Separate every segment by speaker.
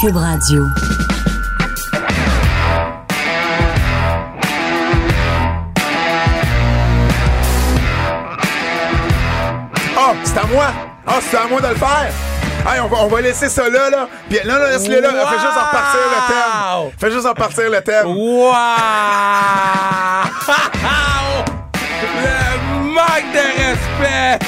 Speaker 1: Cube Radio.
Speaker 2: Ah, c'est à moi! Ah, c'est à moi de le faire! Hey, on va, on va laisser ça là, là. Puis là, là, laisse-le là. Fais juste en repartir le
Speaker 3: Wow!
Speaker 2: thème.
Speaker 3: Oh.
Speaker 2: Fais juste en repartir le thème.
Speaker 3: Wow! Le manque de respect!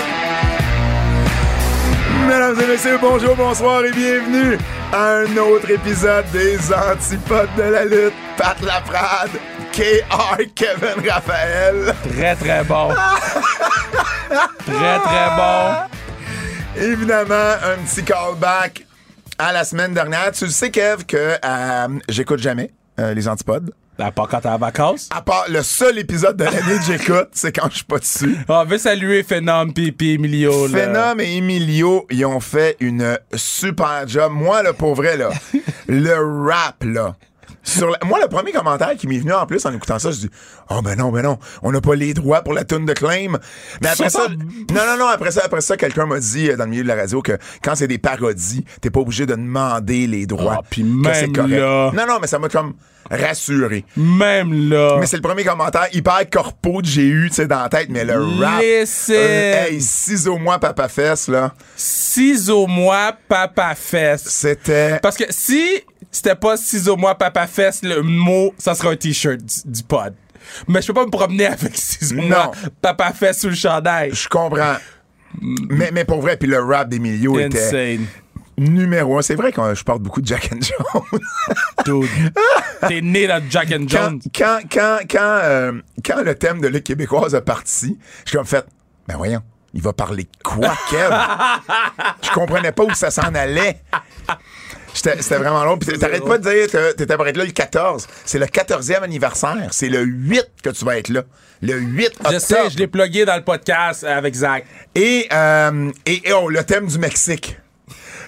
Speaker 2: Mesdames et messieurs, bonjour, bonsoir et bienvenue à un autre épisode des Antipodes de la lutte par la Prade. K.R. Kevin Raphaël.
Speaker 3: Très, très bon. très, très bon.
Speaker 2: Évidemment, un petit callback à la semaine dernière. Tu le sais, Kev, que euh, j'écoute jamais euh, les Antipodes.
Speaker 3: À part quand t'es en vacances.
Speaker 2: À part le seul épisode de l'année que j'écoute, c'est quand je suis pas dessus.
Speaker 3: Ah, On veut saluer Phenom, Pipi, Emilio. là.
Speaker 2: Phenom et Emilio, ils ont fait une super job. Moi, le pauvre, là, le rap, là. Sur la- Moi, le premier commentaire qui m'est venu en plus en écoutant ça, je dis Oh, ben non, ben non, on n'a pas les droits pour la tune de claim. Mais après ça, non, non, non, après ça, après ça quelqu'un m'a dit euh, dans le milieu de la radio que quand c'est des parodies, t'es pas obligé de demander les droits.
Speaker 3: Ah, puis
Speaker 2: que
Speaker 3: même
Speaker 2: c'est correct.
Speaker 3: là.
Speaker 2: Non, non, mais ça m'a comme rassuré.
Speaker 3: Même là.
Speaker 2: Mais c'est le premier commentaire hyper corpo que j'ai eu, tu sais, dans la tête, mais le rap.
Speaker 3: Listen.
Speaker 2: Euh, hey, ciseaux-moi, papa fesse, là.
Speaker 3: Ciseaux-moi, Papa Fest.
Speaker 2: C'était.
Speaker 3: Parce que si c'était pas ciseaux-moi, Papa Fest, le mot, ça serait un t-shirt du, du pod. Mais je peux pas me promener avec ciseaux-moi,
Speaker 2: Non.
Speaker 3: Papa Fest sous le chandail.
Speaker 2: Je comprends. Mais, mais pour vrai, puis le rap d'Emilio était
Speaker 3: Insane.
Speaker 2: numéro un. C'est vrai que je porte beaucoup de Jack and Jones.
Speaker 3: Dude. T'es né dans Jack and
Speaker 2: quand,
Speaker 3: Jones.
Speaker 2: quand, quand, quand, euh, quand le thème de Lutte québécoise est parti, je suis comme fait, ben voyons, il va parler de quoi, Kev? je comprenais pas où ça s'en allait. J'étais- C'était vraiment long. Puis t'arrêtes pas de dire que t'étais pour être là le 14. C'est le 14e anniversaire. C'est le 8 que tu vas être là. Le 8 octobre.
Speaker 3: Je sais, je l'ai plugué dans le podcast avec Zach.
Speaker 2: Et, euh, et, et oh, le thème du Mexique.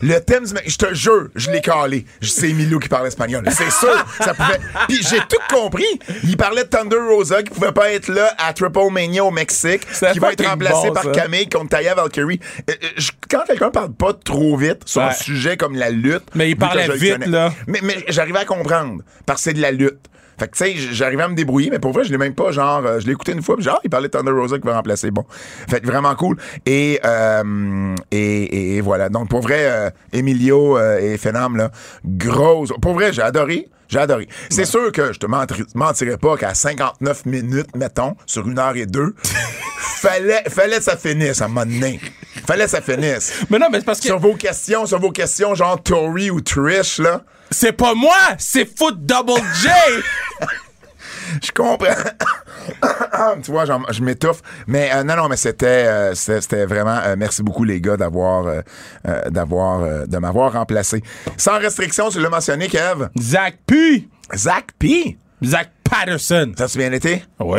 Speaker 2: Le thème du Mexique, je te jure, je l'ai calé. Je- C'est Emilio qui parle espagnol. C'est sûr, ça pouvait. Puis j'ai tout compris. Il parlait de Thunder Rosa qui pouvait pas être là à Triple Mania au Mexique,
Speaker 3: C'est
Speaker 2: qui va être
Speaker 3: fucking
Speaker 2: remplacé
Speaker 3: bon,
Speaker 2: par
Speaker 3: ça.
Speaker 2: Camille contre Taya Valkyrie. Euh, euh, je- Quand quelqu'un parle pas trop vite sur un
Speaker 3: Ouais.
Speaker 2: sujet comme la lutte,
Speaker 3: Mais
Speaker 2: vu
Speaker 3: il
Speaker 2: que
Speaker 3: parlait
Speaker 2: je le
Speaker 3: vite,
Speaker 2: connais.
Speaker 3: là.
Speaker 2: Mais, mais j'arrivais à comprendre parce que c'est de la lutte. Fait que, tu sais, j- j'arrivais à me débrouiller, mais pour vrai, je l'ai même pas, genre, euh, je l'ai écouté une fois, puis genre, il parlait de Thunder Rosa qui va remplacer. Bon. Fait que vraiment cool. Et, euh, et, et- et voilà. Donc, pour vrai, euh, Emilio euh, et Phenom, là, grosse. Pour vrai, j'ai adoré. J'ai adoré. C'est sûr que je te mentri- mentirais pas qu'à 59 minutes, mettons, sur une heure et deux, fallait, fallait que ça finisse à un moment donné. Fallait que ça finisse.
Speaker 3: Mais non, mais c'est parce que
Speaker 2: Sur vos questions, sur vos questions, genre Tory ou Trish, là.
Speaker 3: c'est pas moi, c'est Foot Double J.
Speaker 2: Je comprends. tu vois, j'en- je m'étouffe. Mais euh, non, non, mais c'était, euh, c'était, c'était vraiment. euh, merci beaucoup, les gars, d'avoir, euh, euh, d'avoir, euh, de m'avoir remplacé. Sans restriction, tu l'as mentionné, Kev.
Speaker 3: Zach Pu.
Speaker 2: Zach P.
Speaker 3: Zach Patterson.
Speaker 2: Ça a-tu bien été?
Speaker 3: Oui.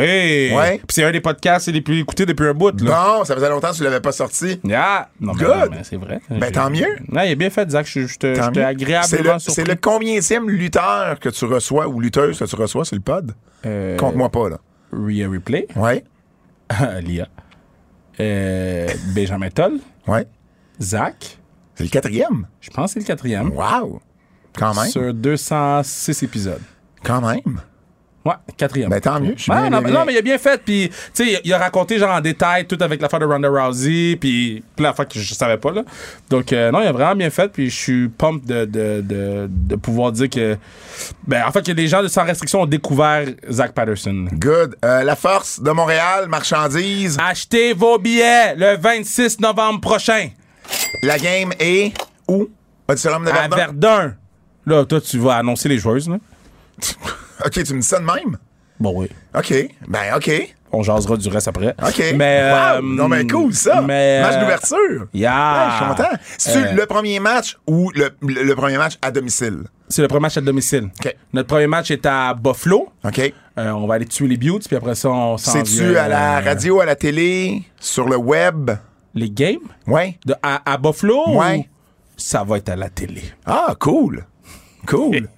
Speaker 2: Ouais.
Speaker 3: Puis c'est un des podcasts les plus écoutés depuis un bout, là.
Speaker 2: Non, ça faisait longtemps que tu l'avais pas sorti.
Speaker 3: Ah, non, mais-
Speaker 2: Good.
Speaker 3: mais c'est vrai.
Speaker 2: Ben, tant mieux.
Speaker 3: Non, il est bien fait, Zach. Je- je te-
Speaker 2: Tant
Speaker 3: J'étais
Speaker 2: mieux. C'est le,
Speaker 3: agréablement surpris.
Speaker 2: c'est le combienième lutteur que tu reçois ou lutteuse que tu reçois sur le pod?
Speaker 3: Euh,
Speaker 2: Compte-moi pas, là.
Speaker 3: Rhea Ripley.
Speaker 2: Ouais.
Speaker 3: Lia. Euh, Benjamin Toll.
Speaker 2: Ouais.
Speaker 3: Zach.
Speaker 2: C'est le quatrième.
Speaker 3: Je pense que c'est le quatrième.
Speaker 2: Wow! Quand même.
Speaker 3: Sur 206 épisodes.
Speaker 2: Quand même.
Speaker 3: Ouais, quatrième.
Speaker 2: Ben, tant mieux. Je suis
Speaker 3: Ouais,
Speaker 2: bien,
Speaker 3: Ah, non,
Speaker 2: bien,
Speaker 3: non,
Speaker 2: bien.
Speaker 3: mais il a bien fait. Puis, tu sais, il a- il a raconté, genre, en détail, tout avec l'affaire de Ronda Rousey, puis plein d'affaires que je savais pas, là. Donc, euh, non, il a vraiment bien fait. Puis, je suis pumped de, de, de, de pouvoir dire que. Ben, en fait, que les gens de Sans Restriction ont découvert Zach Patterson.
Speaker 2: Good. Euh, la force de Montréal,
Speaker 3: Ah.
Speaker 2: marchandises.
Speaker 3: Achetez vos billets le 26 novembre prochain
Speaker 2: La game est où? Auditorium de
Speaker 3: à
Speaker 2: Verdun.
Speaker 3: Verdun. Là, toi, tu vas annoncer les joueuses, là.
Speaker 2: OK, tu me dis ça de même?
Speaker 3: Bon, oui.
Speaker 2: OK. Ben, OK.
Speaker 3: On jasera du reste après.
Speaker 2: OK.
Speaker 3: Mais.
Speaker 2: Wow.
Speaker 3: euh,
Speaker 2: non, mais cool, ça.
Speaker 3: mais,
Speaker 2: match
Speaker 3: euh,
Speaker 2: d'ouverture.
Speaker 3: Yeah.
Speaker 2: Ouais, je suis content. C'est-tu
Speaker 3: Euh,
Speaker 2: le premier match ou le, le- le premier match à domicile?
Speaker 3: C'est le premier match à domicile.
Speaker 2: OK.
Speaker 3: Notre premier match est à Buffalo.
Speaker 2: OK.
Speaker 3: Euh, on va aller tuer les Buttes, puis après ça, on s'en
Speaker 2: C'est-tu
Speaker 3: vient,
Speaker 2: à la
Speaker 3: euh,
Speaker 2: radio, à la télé, sur le web?
Speaker 3: Les games?
Speaker 2: Ouais.
Speaker 3: De, à, à Buffalo?
Speaker 2: Ouais.
Speaker 3: ou- Ça va être à la télé.
Speaker 2: Ah, cool. Cool.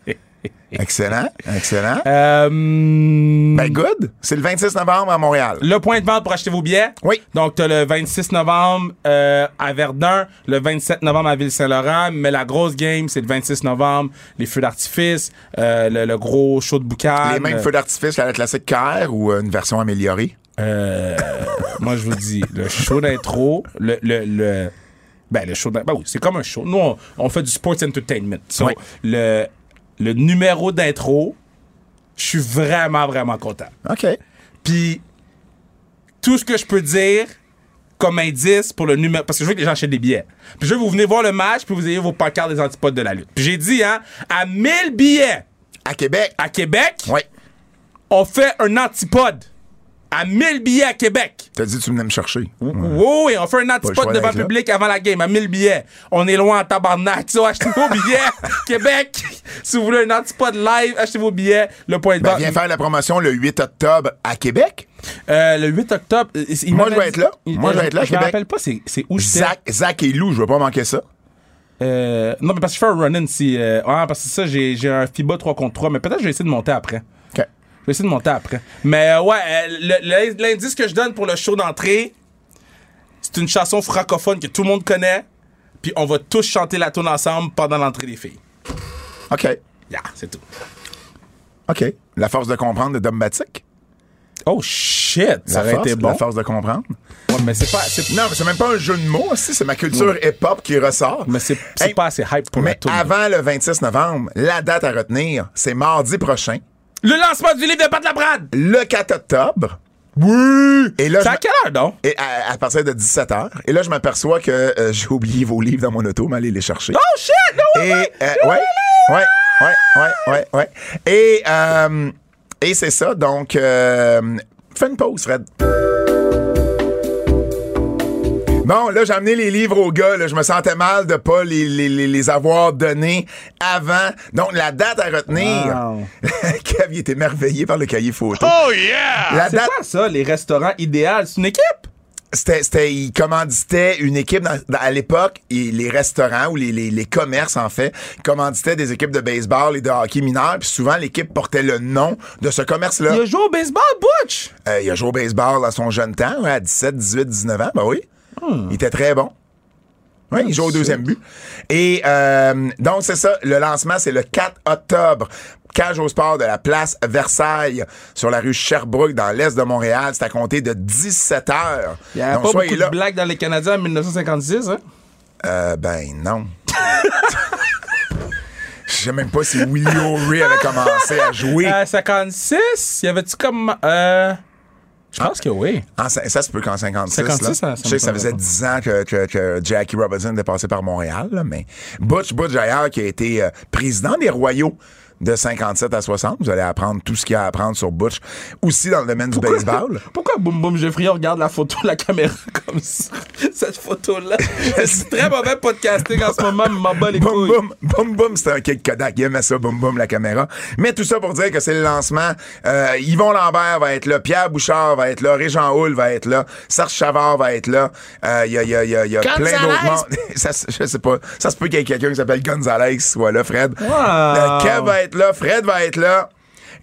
Speaker 2: Excellent, excellent.
Speaker 3: Euh,
Speaker 2: Ben, good. C'est le 26 novembre à Montréal.
Speaker 3: le point de vente pour acheter vos billets.
Speaker 2: Oui.
Speaker 3: Donc, t'as le 26 novembre euh, à Verdun, le 27 novembre à Ville-Saint-Laurent, mais la grosse game, c'est le 26 novembre, les feux d'artifice, euh, le, le gros show de boucan.
Speaker 2: Les mêmes feux d'artifice, la classique CAR ou euh, une version améliorée.
Speaker 3: Euh, moi, je vous dis, le show d'intro, le, le, le- ben, le show d'intro, ben oui, c'est comme un show. Nous, on, on fait du sports entertainment. So,
Speaker 2: Ouais.
Speaker 3: le, le numéro d'intro, je suis vraiment, vraiment content.
Speaker 2: OK.
Speaker 3: Puis, tout ce que je peux dire comme indice pour le numéro. Parce que je veux que les gens achètent des billets. Puis, je veux que vous venez voir le match, puis vous ayez vos pancartes des antipodes de la lutte. Puis, j'ai dit, hein, à 1000 billets
Speaker 2: À Québec.
Speaker 3: à Québec,
Speaker 2: Oui.
Speaker 3: on fait un antipode. À 1000 billets à Québec.
Speaker 2: T'as dit que tu venais me chercher.
Speaker 3: Wow, oui, on fait un
Speaker 2: Pas le choix
Speaker 3: antipode devant
Speaker 2: d'être
Speaker 3: le
Speaker 2: là.
Speaker 3: public avant la game à 1000 billets. On est loin en tabarnak. So, achetez vos billets. Québec, si vous voulez un antipode live, achetez vos billets. Le point de
Speaker 2: Ben,
Speaker 3: vente.
Speaker 2: viens faire la promotion le 8 octobre à Québec.
Speaker 3: Euh, le 8 octobre. euh, il
Speaker 2: Moi,
Speaker 3: m'avait
Speaker 2: je vais
Speaker 3: dit-
Speaker 2: être là.
Speaker 3: il-
Speaker 2: Moi, je vais être là,
Speaker 3: Je me
Speaker 2: Québec.
Speaker 3: rappelle pas, c'est c'est où j'étais.
Speaker 2: Zach, Zach et Lou, je veux pas manquer ça.
Speaker 3: Euh, non, mais parce que je fais un run-in si. euh, ah, parce que ça, j'ai j'ai un FIBA 3 contre 3, mais peut-être que je vais essayer de monter après.
Speaker 2: OK.
Speaker 3: Je vais essayer de monter après. Mais euh, ouais, euh, le- le- l'indice que je donne pour le show d'entrée, c'est une chanson francophone que tout le monde connaît, puis on va tous chanter la tune ensemble pendant l'entrée des filles.
Speaker 2: OK.
Speaker 3: Yeah, c'est tout.
Speaker 2: OK. La force de comprendre de Dom Batic.
Speaker 3: Oh shit, ça
Speaker 2: La
Speaker 3: aurait
Speaker 2: force,
Speaker 3: été bon.
Speaker 2: La force de comprendre.
Speaker 3: Ouais, mais c'est pas, c'est-
Speaker 2: Non, mais c'est même pas un jeu de mots, aussi. C'est ma culture hip-hop qui ressort.
Speaker 3: mais c'est c'est
Speaker 2: Hey,
Speaker 3: pas assez hype pour la
Speaker 2: Mais
Speaker 3: tune.
Speaker 2: avant le 26 novembre, la date à retenir, c'est mardi prochain,
Speaker 3: Le lancement du livre de Pat Labrade!
Speaker 2: le 4 octobre. Oui! Et là,
Speaker 3: C'est
Speaker 2: je
Speaker 3: à
Speaker 2: me-
Speaker 3: quelle heure, donc?
Speaker 2: et à, à partir de 17h. Et là, je m'aperçois que euh, j'ai oublié vos livres dans mon auto, mais allez les chercher.
Speaker 3: Oh shit! No
Speaker 2: Et euh, ouais, ouais, ouais, ouais, ouais, ouais. Et euh, et c'est ça. Donc, euh, fais une pause, Fred. Bon, là, j'ai amené les livres aux gars. là. Je me sentais mal de pas les, les, les, les avoir donnés avant. Donc, la date à retenir.
Speaker 3: Wow.
Speaker 2: Kev, il est émerveillé par le cahier photo.
Speaker 1: Oh yeah!
Speaker 2: la
Speaker 3: C'est
Speaker 2: date,
Speaker 3: quoi ça, les restaurants idéaux? C'est une équipe?
Speaker 2: c'était, c'était, il commanditait une équipe dans- dans- à l'époque, et les restaurants ou les, les, les commerces, en fait, commanditaient des équipes de baseball et de hockey mineur, puis souvent l'équipe portait le nom de ce commerce-là.
Speaker 3: Il a joué au baseball, Butch!
Speaker 2: Euh, il a joué au baseball à son jeune temps, ouais, à 17, 18, 19 ans, ben oui.
Speaker 3: Hmm.
Speaker 2: Il était très bon. Oui, il joue au deuxième but. Et euh, donc, c'est ça, le lancement, c'est le 4 octobre. Cage au sport de la place Versailles sur la rue Sherbrooke dans l'est de Montréal. C'est à compter de 17 heures.
Speaker 3: Il n'y avait
Speaker 2: Donc,
Speaker 3: pas
Speaker 2: soyez
Speaker 3: beaucoup
Speaker 2: là.
Speaker 3: de blagues dans les Canadiens en 1956, hein?
Speaker 2: Euh, ben non. Je sais même pas si Willie O'Ree avait commencé à jouer.
Speaker 3: Euh, 56? Y avait-tu comme. Euh... Je pense que oui.
Speaker 2: En cin- ça se peut qu'en 56.
Speaker 3: 56,
Speaker 2: là.
Speaker 3: ça- ça
Speaker 2: je sais
Speaker 3: me
Speaker 2: que ça faisait
Speaker 3: semble
Speaker 2: 10 ans que, que- que Jackie Robinson était passé par Montréal, là, mais Butch Butch d'ailleurs, qui a été euh, président des Royaux de 57 à 60. Vous allez apprendre tout ce qu'il y a à apprendre sur Butch. Aussi dans le domaine du baseball.
Speaker 3: Pourquoi Boum Boum Jeffrey on regarde la photo, la caméra comme ça? Cette photo-là. C'est très mauvais podcasting en ce moment, mais m'en bat les
Speaker 2: Boum
Speaker 3: couilles.
Speaker 2: boum, boum boum, c'était un kick Kodak. Il aimait ça, boum boum, la caméra. Mais tout ça pour dire que c'est le lancement. Euh, Yvon Lambert va être là, Pierre Bouchard va être là, Régent Houle va être là, Serge Chavard va être là. Euh, Il y a, il y a- il y a- il y a plein d'autres membres. ça, se- je sais pas. Ça se peut qu'il y ait quelqu'un qui s'appelle Gonzalez qui soit là, Fred. Euh, Kev va être là, Fred va être là.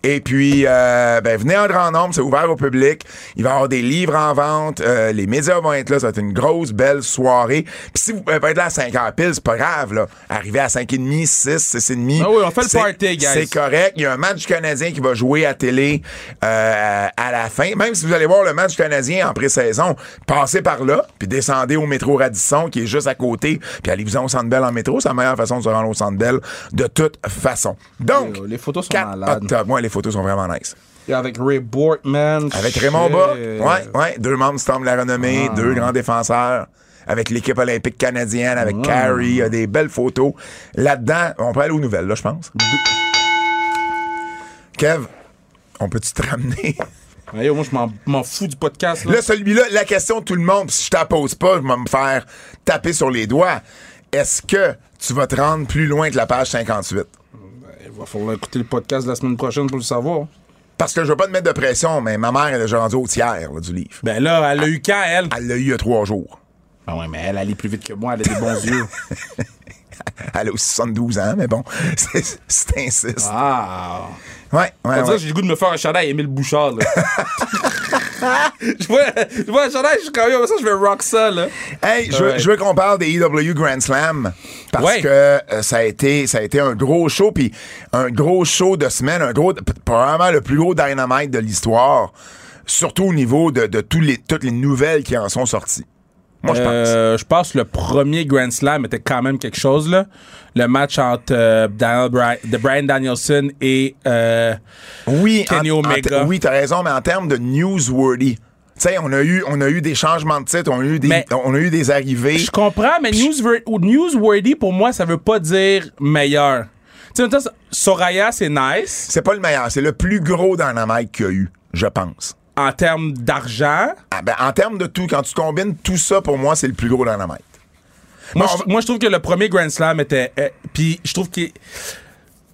Speaker 2: Et puis, euh, ben, venez en grand nombre, c'est ouvert au public. Il va y avoir des livres en vente, euh, les médias vont être là, ça va être une grosse, belle soirée. Puis si vous pouvez pas être là à 5 h pile, c'est pas grave, là. Arrivez à 5h30, 6, 6h30.
Speaker 3: Ah oui, on fait le
Speaker 2: c'est-
Speaker 3: party, guys.
Speaker 2: C'est correct. Il y a un match du Canadien qui va jouer à télé euh, à la fin. Même si vous allez voir le match du Canadien en pré-saison, passez par là, puis descendez au métro Radisson, qui est juste à côté, puis allez-vous au Centre Bell en métro. C'est la meilleure façon de se rendre au Centre Bell, de toute façon. Donc,
Speaker 3: Yo, les photos sont
Speaker 2: 4
Speaker 3: malades.
Speaker 2: octobre. Ouais, les photos sont vraiment nice.
Speaker 3: Avec Ray Bortman.
Speaker 2: Avec
Speaker 3: shit.
Speaker 2: Raymond Bas,
Speaker 3: Euh,
Speaker 2: ouais, ouais, deux membres du Temple de la Renommée, deux grands défenseurs. Avec l'équipe olympique canadienne, avec Carrie, il y a des belles photos. Là-dedans, on peut aller aux nouvelles, là, je pense. Kev, on peut-tu te ramener?
Speaker 3: Mais yo, moi, je m'en- m'en fous du podcast. Là.
Speaker 2: Là, celui-là, la question de tout le monde, si je t'en pose pas, je vais me faire taper sur les doigts. Est-ce que tu vas te rendre plus loin que la page 58?
Speaker 3: Il va falloir écouter le podcast de la semaine prochaine pour le savoir.
Speaker 2: Parce que je veux pas te mettre de pression, mais ma mère, elle est déjà rendue au tiers là, du livre.
Speaker 3: Ben là, elle a eu quand, elle?
Speaker 2: Elle l'a eu il y a trois jours.
Speaker 3: Ah ouais, mais elle, elle est plus vite que moi, elle a des bons yeux.
Speaker 2: Elle elle a aussi 72 ans, mais bon, c'est c'est insiste.
Speaker 3: Ah!
Speaker 2: Ouais, ouais,
Speaker 3: On dirait
Speaker 2: ouais.
Speaker 3: que j'ai le goût de me faire un chandail à Émile Bouchard, là. je, vois, je vois un chandail, je suis quand même, ça, je vais rock ça, là.
Speaker 2: Hey, je, veux-
Speaker 3: Ouais.
Speaker 2: je veux qu'on parle des EW Grand Slam parce
Speaker 3: Ouais.
Speaker 2: que euh, ça a été ça a été un gros show puis un gros show de semaine, un gros p- probablement le plus gros dynamite de l'histoire, surtout au niveau de, de tous les toutes les nouvelles qui en sont sorties. Moi je pense.
Speaker 3: Euh, je pense que le premier Grand Slam était quand même quelque chose, là. Le match entre euh, Daniel Bry- de Brian Danielson et. euh,
Speaker 2: Oui,
Speaker 3: Kenny Omega.
Speaker 2: oui, t'as raison, mais en termes de newsworthy, tu sais, on a eu on a eu des changements de titre, on a eu des
Speaker 3: Mais-
Speaker 2: on a eu des arrivées.
Speaker 3: je comprends, mais newsworthy, newsworthy, pour moi, ça veut pas dire meilleur. Tu sais, en même temps, Soraya, c'est nice.
Speaker 2: C'est pas le meilleur, c'est le plus gros dynamite qu'il y a eu, je pense.
Speaker 3: en termes d'argent.
Speaker 2: Ah, ben, en termes de tout, quand tu combines tout ça, pour moi, c'est le plus gros dynamite.
Speaker 3: Moi,
Speaker 2: Bon,
Speaker 3: je,
Speaker 2: on va-
Speaker 3: moi, je trouve que le premier Grand Slam était. euh, Puis je trouve qu'il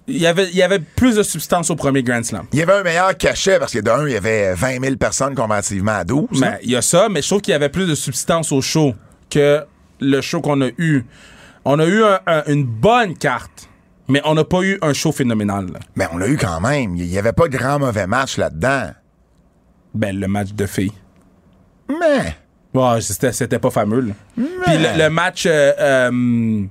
Speaker 3: il y avait, il y avait plus de substance au premier Grand Slam.
Speaker 2: Il y avait un meilleur cachet parce que d'un, il y avait 20 000 personnes comparativement à 12.
Speaker 3: Mais
Speaker 2: hein.
Speaker 3: il y a ça, mais je trouve qu'il y avait plus de substance au show que le show qu'on a eu. On a eu un- un- une bonne carte, mais on n'a pas eu un show phénoménal. là.
Speaker 2: Mais on l'a eu quand même. Il n'y avait pas grand mauvais match là-dedans.
Speaker 3: Ben, le match de filles.
Speaker 2: Mais.
Speaker 3: Ouais, c'était, c'était pas fameux. là. Puis le, le match euh, euh,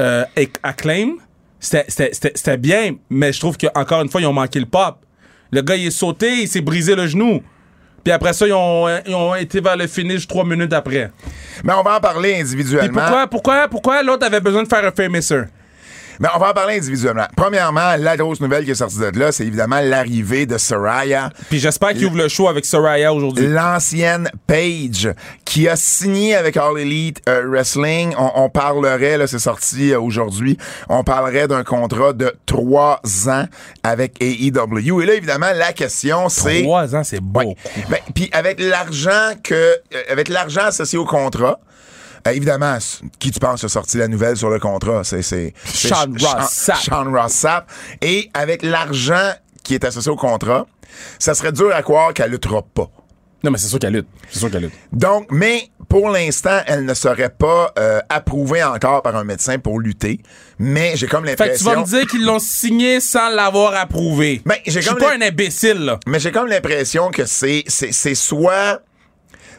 Speaker 3: euh, Ac- Acclaim, c'était, c'était- c'était- c'était bien, mais je trouve qu'encore une fois, ils ont manqué le pop. Le gars, il est sauté, il s'est brisé le genou. Puis après ça, ils ont, euh, ils ont été vers le finish trois minutes après.
Speaker 2: Mais on va en parler
Speaker 3: Puis
Speaker 2: individuellement.
Speaker 3: pourquoi, pourquoi, pourquoi l'autre avait besoin de faire un Famouser?
Speaker 2: Mais on va en parler individuellement. Premièrement, la grosse nouvelle qui est sortie de là, c'est évidemment l'arrivée de Soraya.
Speaker 3: Puis j'espère qu'il ouvre le show avec Soraya aujourd'hui.
Speaker 2: L'ancienne Paige qui a signé avec All Elite euh, Wrestling. On, on parlerait, là, c'est sorti euh, aujourd'hui, on parlerait d'un contrat de trois ans avec AEW. Et là, évidemment, la question, c'est...
Speaker 3: Trois ans, c'est beau.
Speaker 2: Ouais. Ben, puis avec l'argent que, euh, avec l'argent associé au contrat, euh, évidemment, s- qui tu penses a sorti la nouvelle sur le contrat, c'est c'est c'est
Speaker 3: Sean
Speaker 2: Ch-
Speaker 3: Ross
Speaker 2: Sean-
Speaker 3: Sapp.
Speaker 2: Sean Ross Sapp. Et avec l'argent qui est associé au contrat, ça serait dur à croire qu'elle luttera pas.
Speaker 3: Non, mais c'est sûr qu'elle lutte. C'est sûr qu'elle lutte.
Speaker 2: Donc, mais pour l'instant, elle ne serait pas euh, approuvée encore par un médecin pour lutter. Mais j'ai comme
Speaker 3: Fait que tu
Speaker 2: l'impression.
Speaker 3: vas me dire qu'ils l'ont signé sans l'avoir approuvé.
Speaker 2: Ben, j'ai
Speaker 3: je suis
Speaker 2: comme
Speaker 3: pas
Speaker 2: l'im-
Speaker 3: un imbécile, là.
Speaker 2: Mais j'ai comme l'impression que c'est c'est c'est soit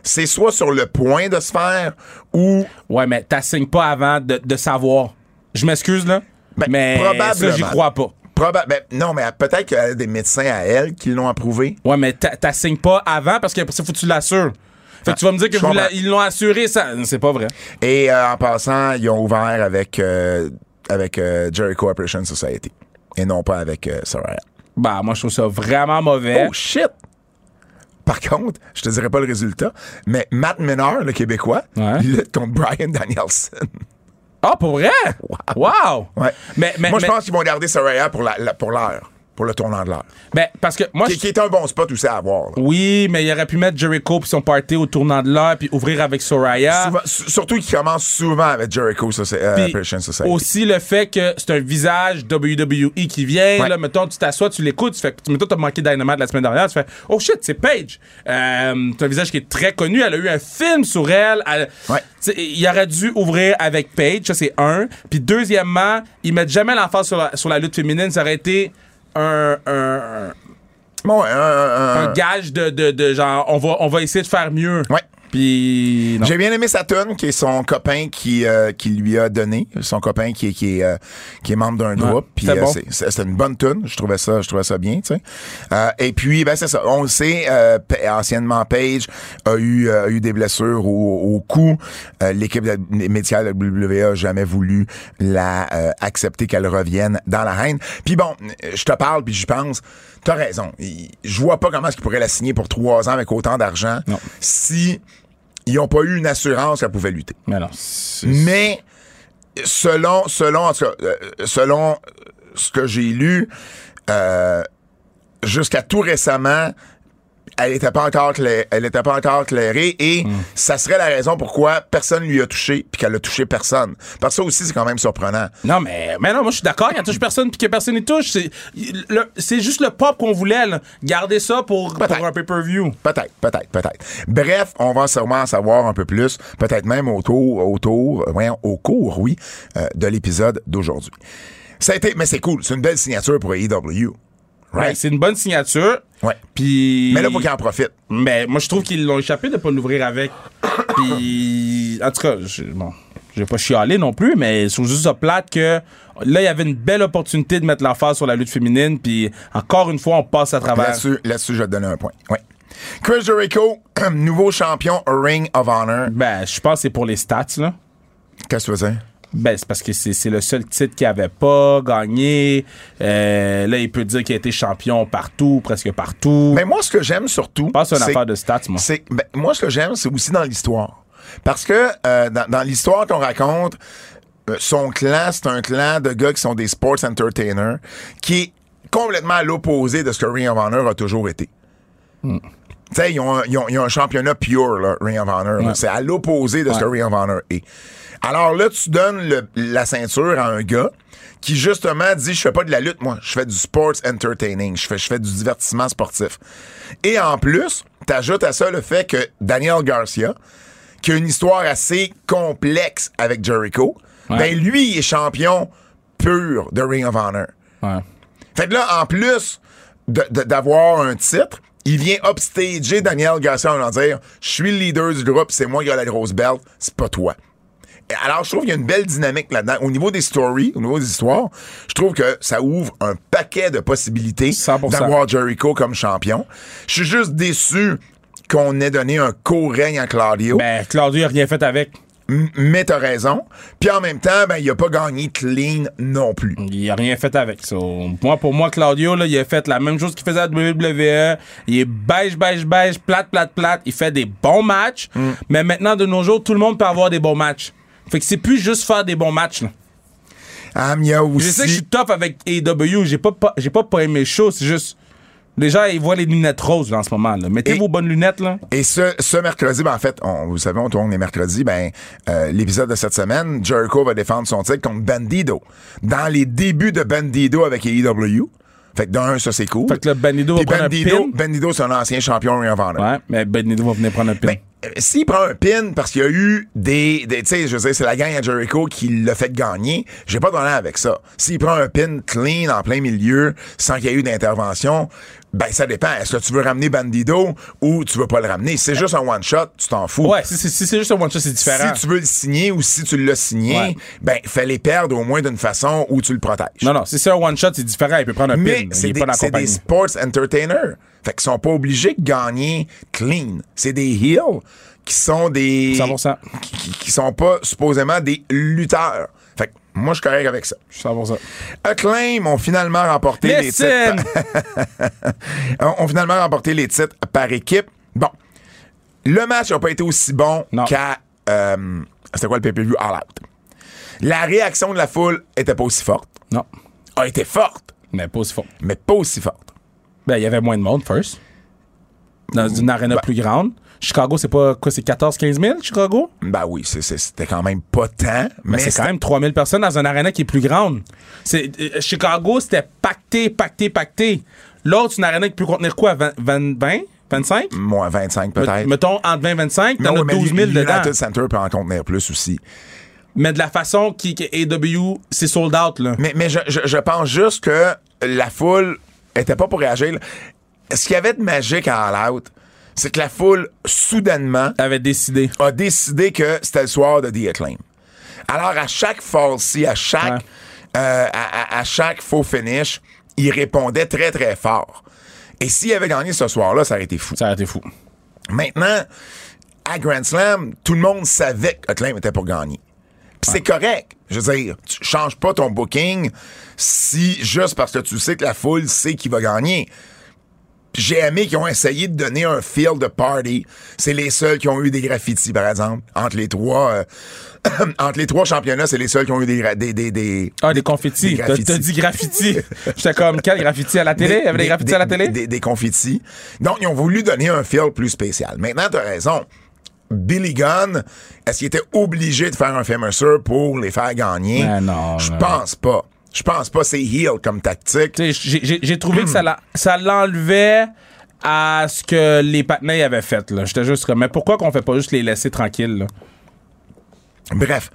Speaker 2: c'est soit sur le point de se faire ou
Speaker 3: Ouais, mais t'assignes pas avant de, de savoir. Je m'excuse, là.
Speaker 2: Ben,
Speaker 3: mais
Speaker 2: probablement.
Speaker 3: ça, j'y crois pas.
Speaker 2: Proba- ben, non, mais peut-être qu'il y a des médecins à elle qui l'ont approuvé.
Speaker 3: Ouais, mais t'a- t'assignes pas avant parce que ça, faut que tu l'assures. Fait que tu vas me dire que
Speaker 2: je
Speaker 3: vous la-
Speaker 2: comprends.
Speaker 3: ils l'ont assuré, ça. Non, C'est pas vrai.
Speaker 2: Et euh, en passant, ils ont ouvert avec, euh, avec euh, Jericho Operation Society et non pas avec euh, Soraya.
Speaker 3: Bah, moi, je trouve ça vraiment mauvais.
Speaker 2: Oh shit! Par contre, je te dirai pas le résultat, mais Matt Menard, le Québécois,
Speaker 3: Ouais.
Speaker 2: lutte contre Brian Danielson.
Speaker 3: Ah, pour vrai? Wow!
Speaker 2: Ouais.
Speaker 3: Mais, mais,
Speaker 2: Moi, je
Speaker 3: mais-
Speaker 2: pense qu'ils vont garder Soraya pour la, la- pour l'heure, pour le tournant de l'heure.
Speaker 3: mais parce que moi,
Speaker 2: Qui,
Speaker 3: je-
Speaker 2: qui est un bon spot aussi à avoir. là.
Speaker 3: Oui, mais il aurait pu mettre Jericho puis son party au tournant de l'heure puis ouvrir avec Soraya.
Speaker 2: Souvent- su- surtout qu'il commence souvent avec Jericho Soci- euh,
Speaker 3: Ah. Puis
Speaker 2: Operation Society.
Speaker 3: Aussi le fait que c'est un visage WWE qui vient.
Speaker 2: Ouais.
Speaker 3: Là, mettons, tu t'assois, tu l'écoutes, tu fais. tu- Mettons, t'as manqué Dynamite la semaine dernière, tu fais Oh shit, c'est Paige. Euh, c'est un visage qui est très connu. Elle a eu un film sur elle. elle-
Speaker 2: Ouais.
Speaker 3: Tu sais, Il aurait dû ouvrir avec Paige, ça c'est un. Puis deuxièmement, ils mettent jamais l'emphase sur la, sur la lutte féminine. Ça aurait été un, un,
Speaker 2: Bon, ouais, un- un- un-
Speaker 3: un gage de, de, de genre on va, on va essayer de faire mieux.
Speaker 2: Ouais.
Speaker 3: Puis. non.
Speaker 2: J'ai bien aimé sa tune, qui est son copain qui, euh, qui lui a donné, son copain qui est, qui est, euh, qui est membre d'un groupe. Puis,
Speaker 3: c'était
Speaker 2: euh,
Speaker 3: bon.
Speaker 2: c'est- c'est- c'était une bonne tune, je trouvais ça, je trouvais ça bien, tu sais. Euh, et puis, ben c'est ça, on le sait, euh, Pa- anciennement Page a eu, euh, a eu des blessures au, au cou. Euh, L'équipe de- médicale de WWE a jamais voulu la euh, accepter qu'elle revienne dans la reine. Puis bon, euh, je te parle, puis je pense, t'as raison. Il- Je vois pas comment est-ce qu'ils pourraient la signer pour trois ans avec autant d'argent.
Speaker 3: Non.
Speaker 2: Si ils n'ont pas eu une assurance qu'elle pouvait lutter.
Speaker 3: Mais non. c'est-
Speaker 2: Mais selon selon en tout cas, euh, selon ce que j'ai lu, euh, jusqu'à tout récemment, elle n'était pas encore cla- elle était pas encore éclairée et ça serait la raison pourquoi personne lui a touché puis qu'elle a touché personne. Parce que ça aussi c'est quand même surprenant.
Speaker 3: Non, mais, mais non, moi, je suis d'accord. Il touche personne puis que personne n'y touche. C'est le- c'est juste le pop qu'on voulait, là. Gardez ça pour, pour
Speaker 2: Peut-être.
Speaker 3: un pay-per-view.
Speaker 2: Peut-être, peut-être, peut-être. Bref, on va sûrement en savoir un peu plus, peut-être même autour, autour, euh, voyons, au cours, oui, euh, de l'épisode d'aujourd'hui. Ça a été, mais c'est cool, c'est une belle signature pour AEW.
Speaker 3: Ouais,
Speaker 2: Right?
Speaker 3: Ben, C'est une bonne signature.
Speaker 2: Ouais.
Speaker 3: Puis.
Speaker 2: Mais là, faut qu'il en profite.
Speaker 3: Mais moi, je trouve qu'ils l'ont échappé de pas l'ouvrir avec. Puis, en tout cas, je, bon, je vais pas chialer non plus, mais je trouve juste ça plate que là, il y avait une belle opportunité de mettre l'emphase sur la lutte féminine, puis encore une fois, on passe à travers.
Speaker 2: Là-dessus, là-dessus, je vais te donner un point. Ouais. Chris Jericho, nouveau champion Ring of Honor.
Speaker 3: Ben, je pense que c'est pour les stats, là.
Speaker 2: Qu'est-ce que tu veux dire?
Speaker 3: Ben, c'est parce que c'est c'est le seul titre qu'il avait pas gagné. Euh, là, il peut dire qu'il a été champion partout, presque partout.
Speaker 2: Mais Ben, moi, ce que j'aime surtout.
Speaker 3: Passe à une
Speaker 2: c'est-
Speaker 3: affaire de stats, moi.
Speaker 2: c'est- ben, moi, ce que j'aime, c'est aussi dans l'histoire. Parce que euh, dans, dans l'histoire qu'on raconte, euh, son clan, c'est un clan de gars qui sont des sports entertainers, qui est complètement à l'opposé de ce que Ring of Honor a toujours été. Tu sais, ils ont, un- ils ont- ils ont un championnat pure, là, Ring of Honor. là. C'est à l'opposé de ce que Ring of Honor est. Alors là, tu donnes le- la ceinture à un gars qui, justement, dit Je fais pas de la lutte, moi. Je fais du sports entertaining. Je fais, je fais du divertissement sportif. Et en plus, t'ajoutes à ça le fait que Daniel Garcia, qui a une histoire assez complexe avec Jericho, ben lui, il est champion pur de Ring of Honor.
Speaker 3: Ouais.
Speaker 2: Fait que là, en plus de- de- d'avoir un titre, il vient upstager Daniel Garcia en leur dire Je suis le leader du groupe, c'est moi qui ai la grosse belt, c'est pas toi. Et Alors, je trouve qu'il y a une belle dynamique là-dedans. Au niveau des stories, au niveau des histoires, je trouve que ça ouvre un paquet de possibilités
Speaker 3: 100%.
Speaker 2: d'avoir Jericho comme champion. Je suis juste déçu qu'on ait donné un co-règne à Claudio.
Speaker 3: Ben, Claudio, il a rien fait avec.
Speaker 2: M- mais t'as raison. Puis en même temps, ben, il a pas gagné clean non plus.
Speaker 3: Il a rien fait avec ça. Moi, pour moi, Claudio, là, il a fait la même chose qu'il faisait à WWE. Il est beige, beige, beige, plate, plate, plate. Il fait des bons matchs. Mais maintenant, de nos jours, tout le monde peut avoir des bons matchs. Fait que c'est plus juste faire des bons matchs. là.
Speaker 2: Ah, mais il y a
Speaker 3: Je sais que je
Speaker 2: aussi.
Speaker 3: suis tough avec AEW. J'ai pas, pas- j'ai pas, pas aimé le show. C'est juste. Les gens, ils voient les lunettes roses là, en ce moment. là. Mettez
Speaker 2: Et-
Speaker 3: vos bonnes lunettes. là.
Speaker 2: Et ce, ce mercredi, ben en fait, on, vous savez, on tourne les mercredis, ben, euh, l'épisode de cette semaine, Jericho va défendre son titre contre Bandido. Dans les débuts de Bandido avec AEW. Fait que d'un, ça c'est cool.
Speaker 3: Fait que le Bandido va
Speaker 2: Puis
Speaker 3: prendre un
Speaker 2: Bandido,
Speaker 3: pin.
Speaker 2: Bandido, c'est un ancien champion Ring of Honor.
Speaker 3: Ouais, mais Benito va venir prendre un pin.
Speaker 2: Ben, euh, s'il prend un pin parce qu'il y a eu des. des- tu sais, je veux dire, c'est la gang à Jericho qui l'a fait gagner, j'ai pas de problème avec ça. S'il prend un pin clean en plein milieu, sans qu'il y ait eu d'intervention, ben ça dépend. Est-ce que tu veux ramener Bandido ou tu veux pas le ramener? Si c'est juste un one-shot, tu t'en fous.
Speaker 3: ouais, si, si- si c'est juste un one-shot, c'est différent.
Speaker 2: Si tu veux le signer ou si tu l'as signé,
Speaker 3: Ouais.
Speaker 2: ben fallait perdre au moins d'une façon où tu le protèges.
Speaker 3: Non, non, si c'est un one-shot, c'est différent. Il peut prendre un
Speaker 2: Mais
Speaker 3: pin. Il
Speaker 2: c'est
Speaker 3: est
Speaker 2: des,
Speaker 3: pas dans la
Speaker 2: c'est des
Speaker 3: compagnie.
Speaker 2: sports entertainers. Fait qu'ils sont pas obligés de gagner clean. C'est des heels qui sont des.
Speaker 3: 100%.
Speaker 2: Qui, qui- qui sont pas supposément des lutteurs. Fait que moi, je suis correct avec ça.
Speaker 3: Je suis 100%.
Speaker 2: Acclaim ont finalement remporté les titres.
Speaker 3: Listen!
Speaker 2: ont ont finalement remporté les titres par équipe. Bon. Le match n'a pas été aussi bon
Speaker 3: Non.
Speaker 2: qu'à. euh, C'était quoi le pay-per-view? All Out. La réaction de la foule était pas aussi forte.
Speaker 3: Non.
Speaker 2: A été forte,
Speaker 3: Mais pas aussi fort.
Speaker 2: mais pas aussi forte.
Speaker 3: Ben, il y avait moins de monde, first. Dans une arena
Speaker 2: Ben.
Speaker 3: plus grande. Chicago, c'est pas quoi, c'est 14-15 000, Chicago?
Speaker 2: Ben oui, c'est- c'est- c'était quand même pas tant, mais,
Speaker 3: C'est
Speaker 2: c'était-
Speaker 3: quand même 3000 personnes dans une arena qui est plus grande. C'est, euh, Chicago, c'était pacté, pacté, pacté. L'autre, c'est une arena qui peut contenir quoi? 20, 20, 20 25?
Speaker 2: moins 25 peut-être.
Speaker 3: Mettons, entre 20 et 25,
Speaker 2: Mais
Speaker 3: t'en
Speaker 2: oui,
Speaker 3: as
Speaker 2: mais
Speaker 3: 12 000
Speaker 2: l'United
Speaker 3: dedans.
Speaker 2: Center peut en contenir plus aussi.
Speaker 3: Mais de la façon qui, que AW, c'est sold out, là.
Speaker 2: Mais, mais je, je- je pense juste que la foule était pas pour réagir. là. Ce qu'il y avait de magique à All Out, c'est que la foule, soudainement,
Speaker 3: T'avais décidé.
Speaker 2: a décidé que c'était le soir de The Acclaim. Alors, à chaque falsie, à chaque,
Speaker 3: Ouais.
Speaker 2: euh, à, à- à chaque faux finish, il répondait très, très fort. Et s'il avait gagné ce soir-là, ça aurait été fou.
Speaker 3: Ça a été fou.
Speaker 2: Maintenant, à Grand Slam, tout le monde savait que Acclaim était pour gagner. Puis c'est correct. Je veux dire, tu changes pas ton booking si juste parce que tu sais que la foule sait qui va gagner. j'ai aimé qui ont essayé de donner un feel de party. C'est les seuls qui ont eu des graffitis, par exemple. Entre les trois, euh, entre les trois championnats, c'est les seuls qui ont eu des, gra- des, des, des-
Speaker 3: Ah, des confettis.
Speaker 2: Des
Speaker 3: T'as
Speaker 2: graffitis.
Speaker 3: t'as dit graffiti. J'étais comme, quel graffiti à la télé? Il y avait des graffitis à la télé?
Speaker 2: Des, des confitis. Donc, ils ont voulu donner un feel plus spécial. Maintenant, t'as raison. Billy Gunn, est-ce qu'il était obligé de faire un famouser pour les faire gagner?
Speaker 3: Ben non,
Speaker 2: Je
Speaker 3: ben
Speaker 2: pense pas. Je pense pas. C'est heel comme tactique.
Speaker 3: Tu sais, j'ai- j'ai j'ai trouvé que ça la- ça l'enlevait à ce que les patinets avaient fait. là. J'étais juste comme, mais pourquoi qu'on fait pas juste les laisser tranquilles? là?
Speaker 2: Bref,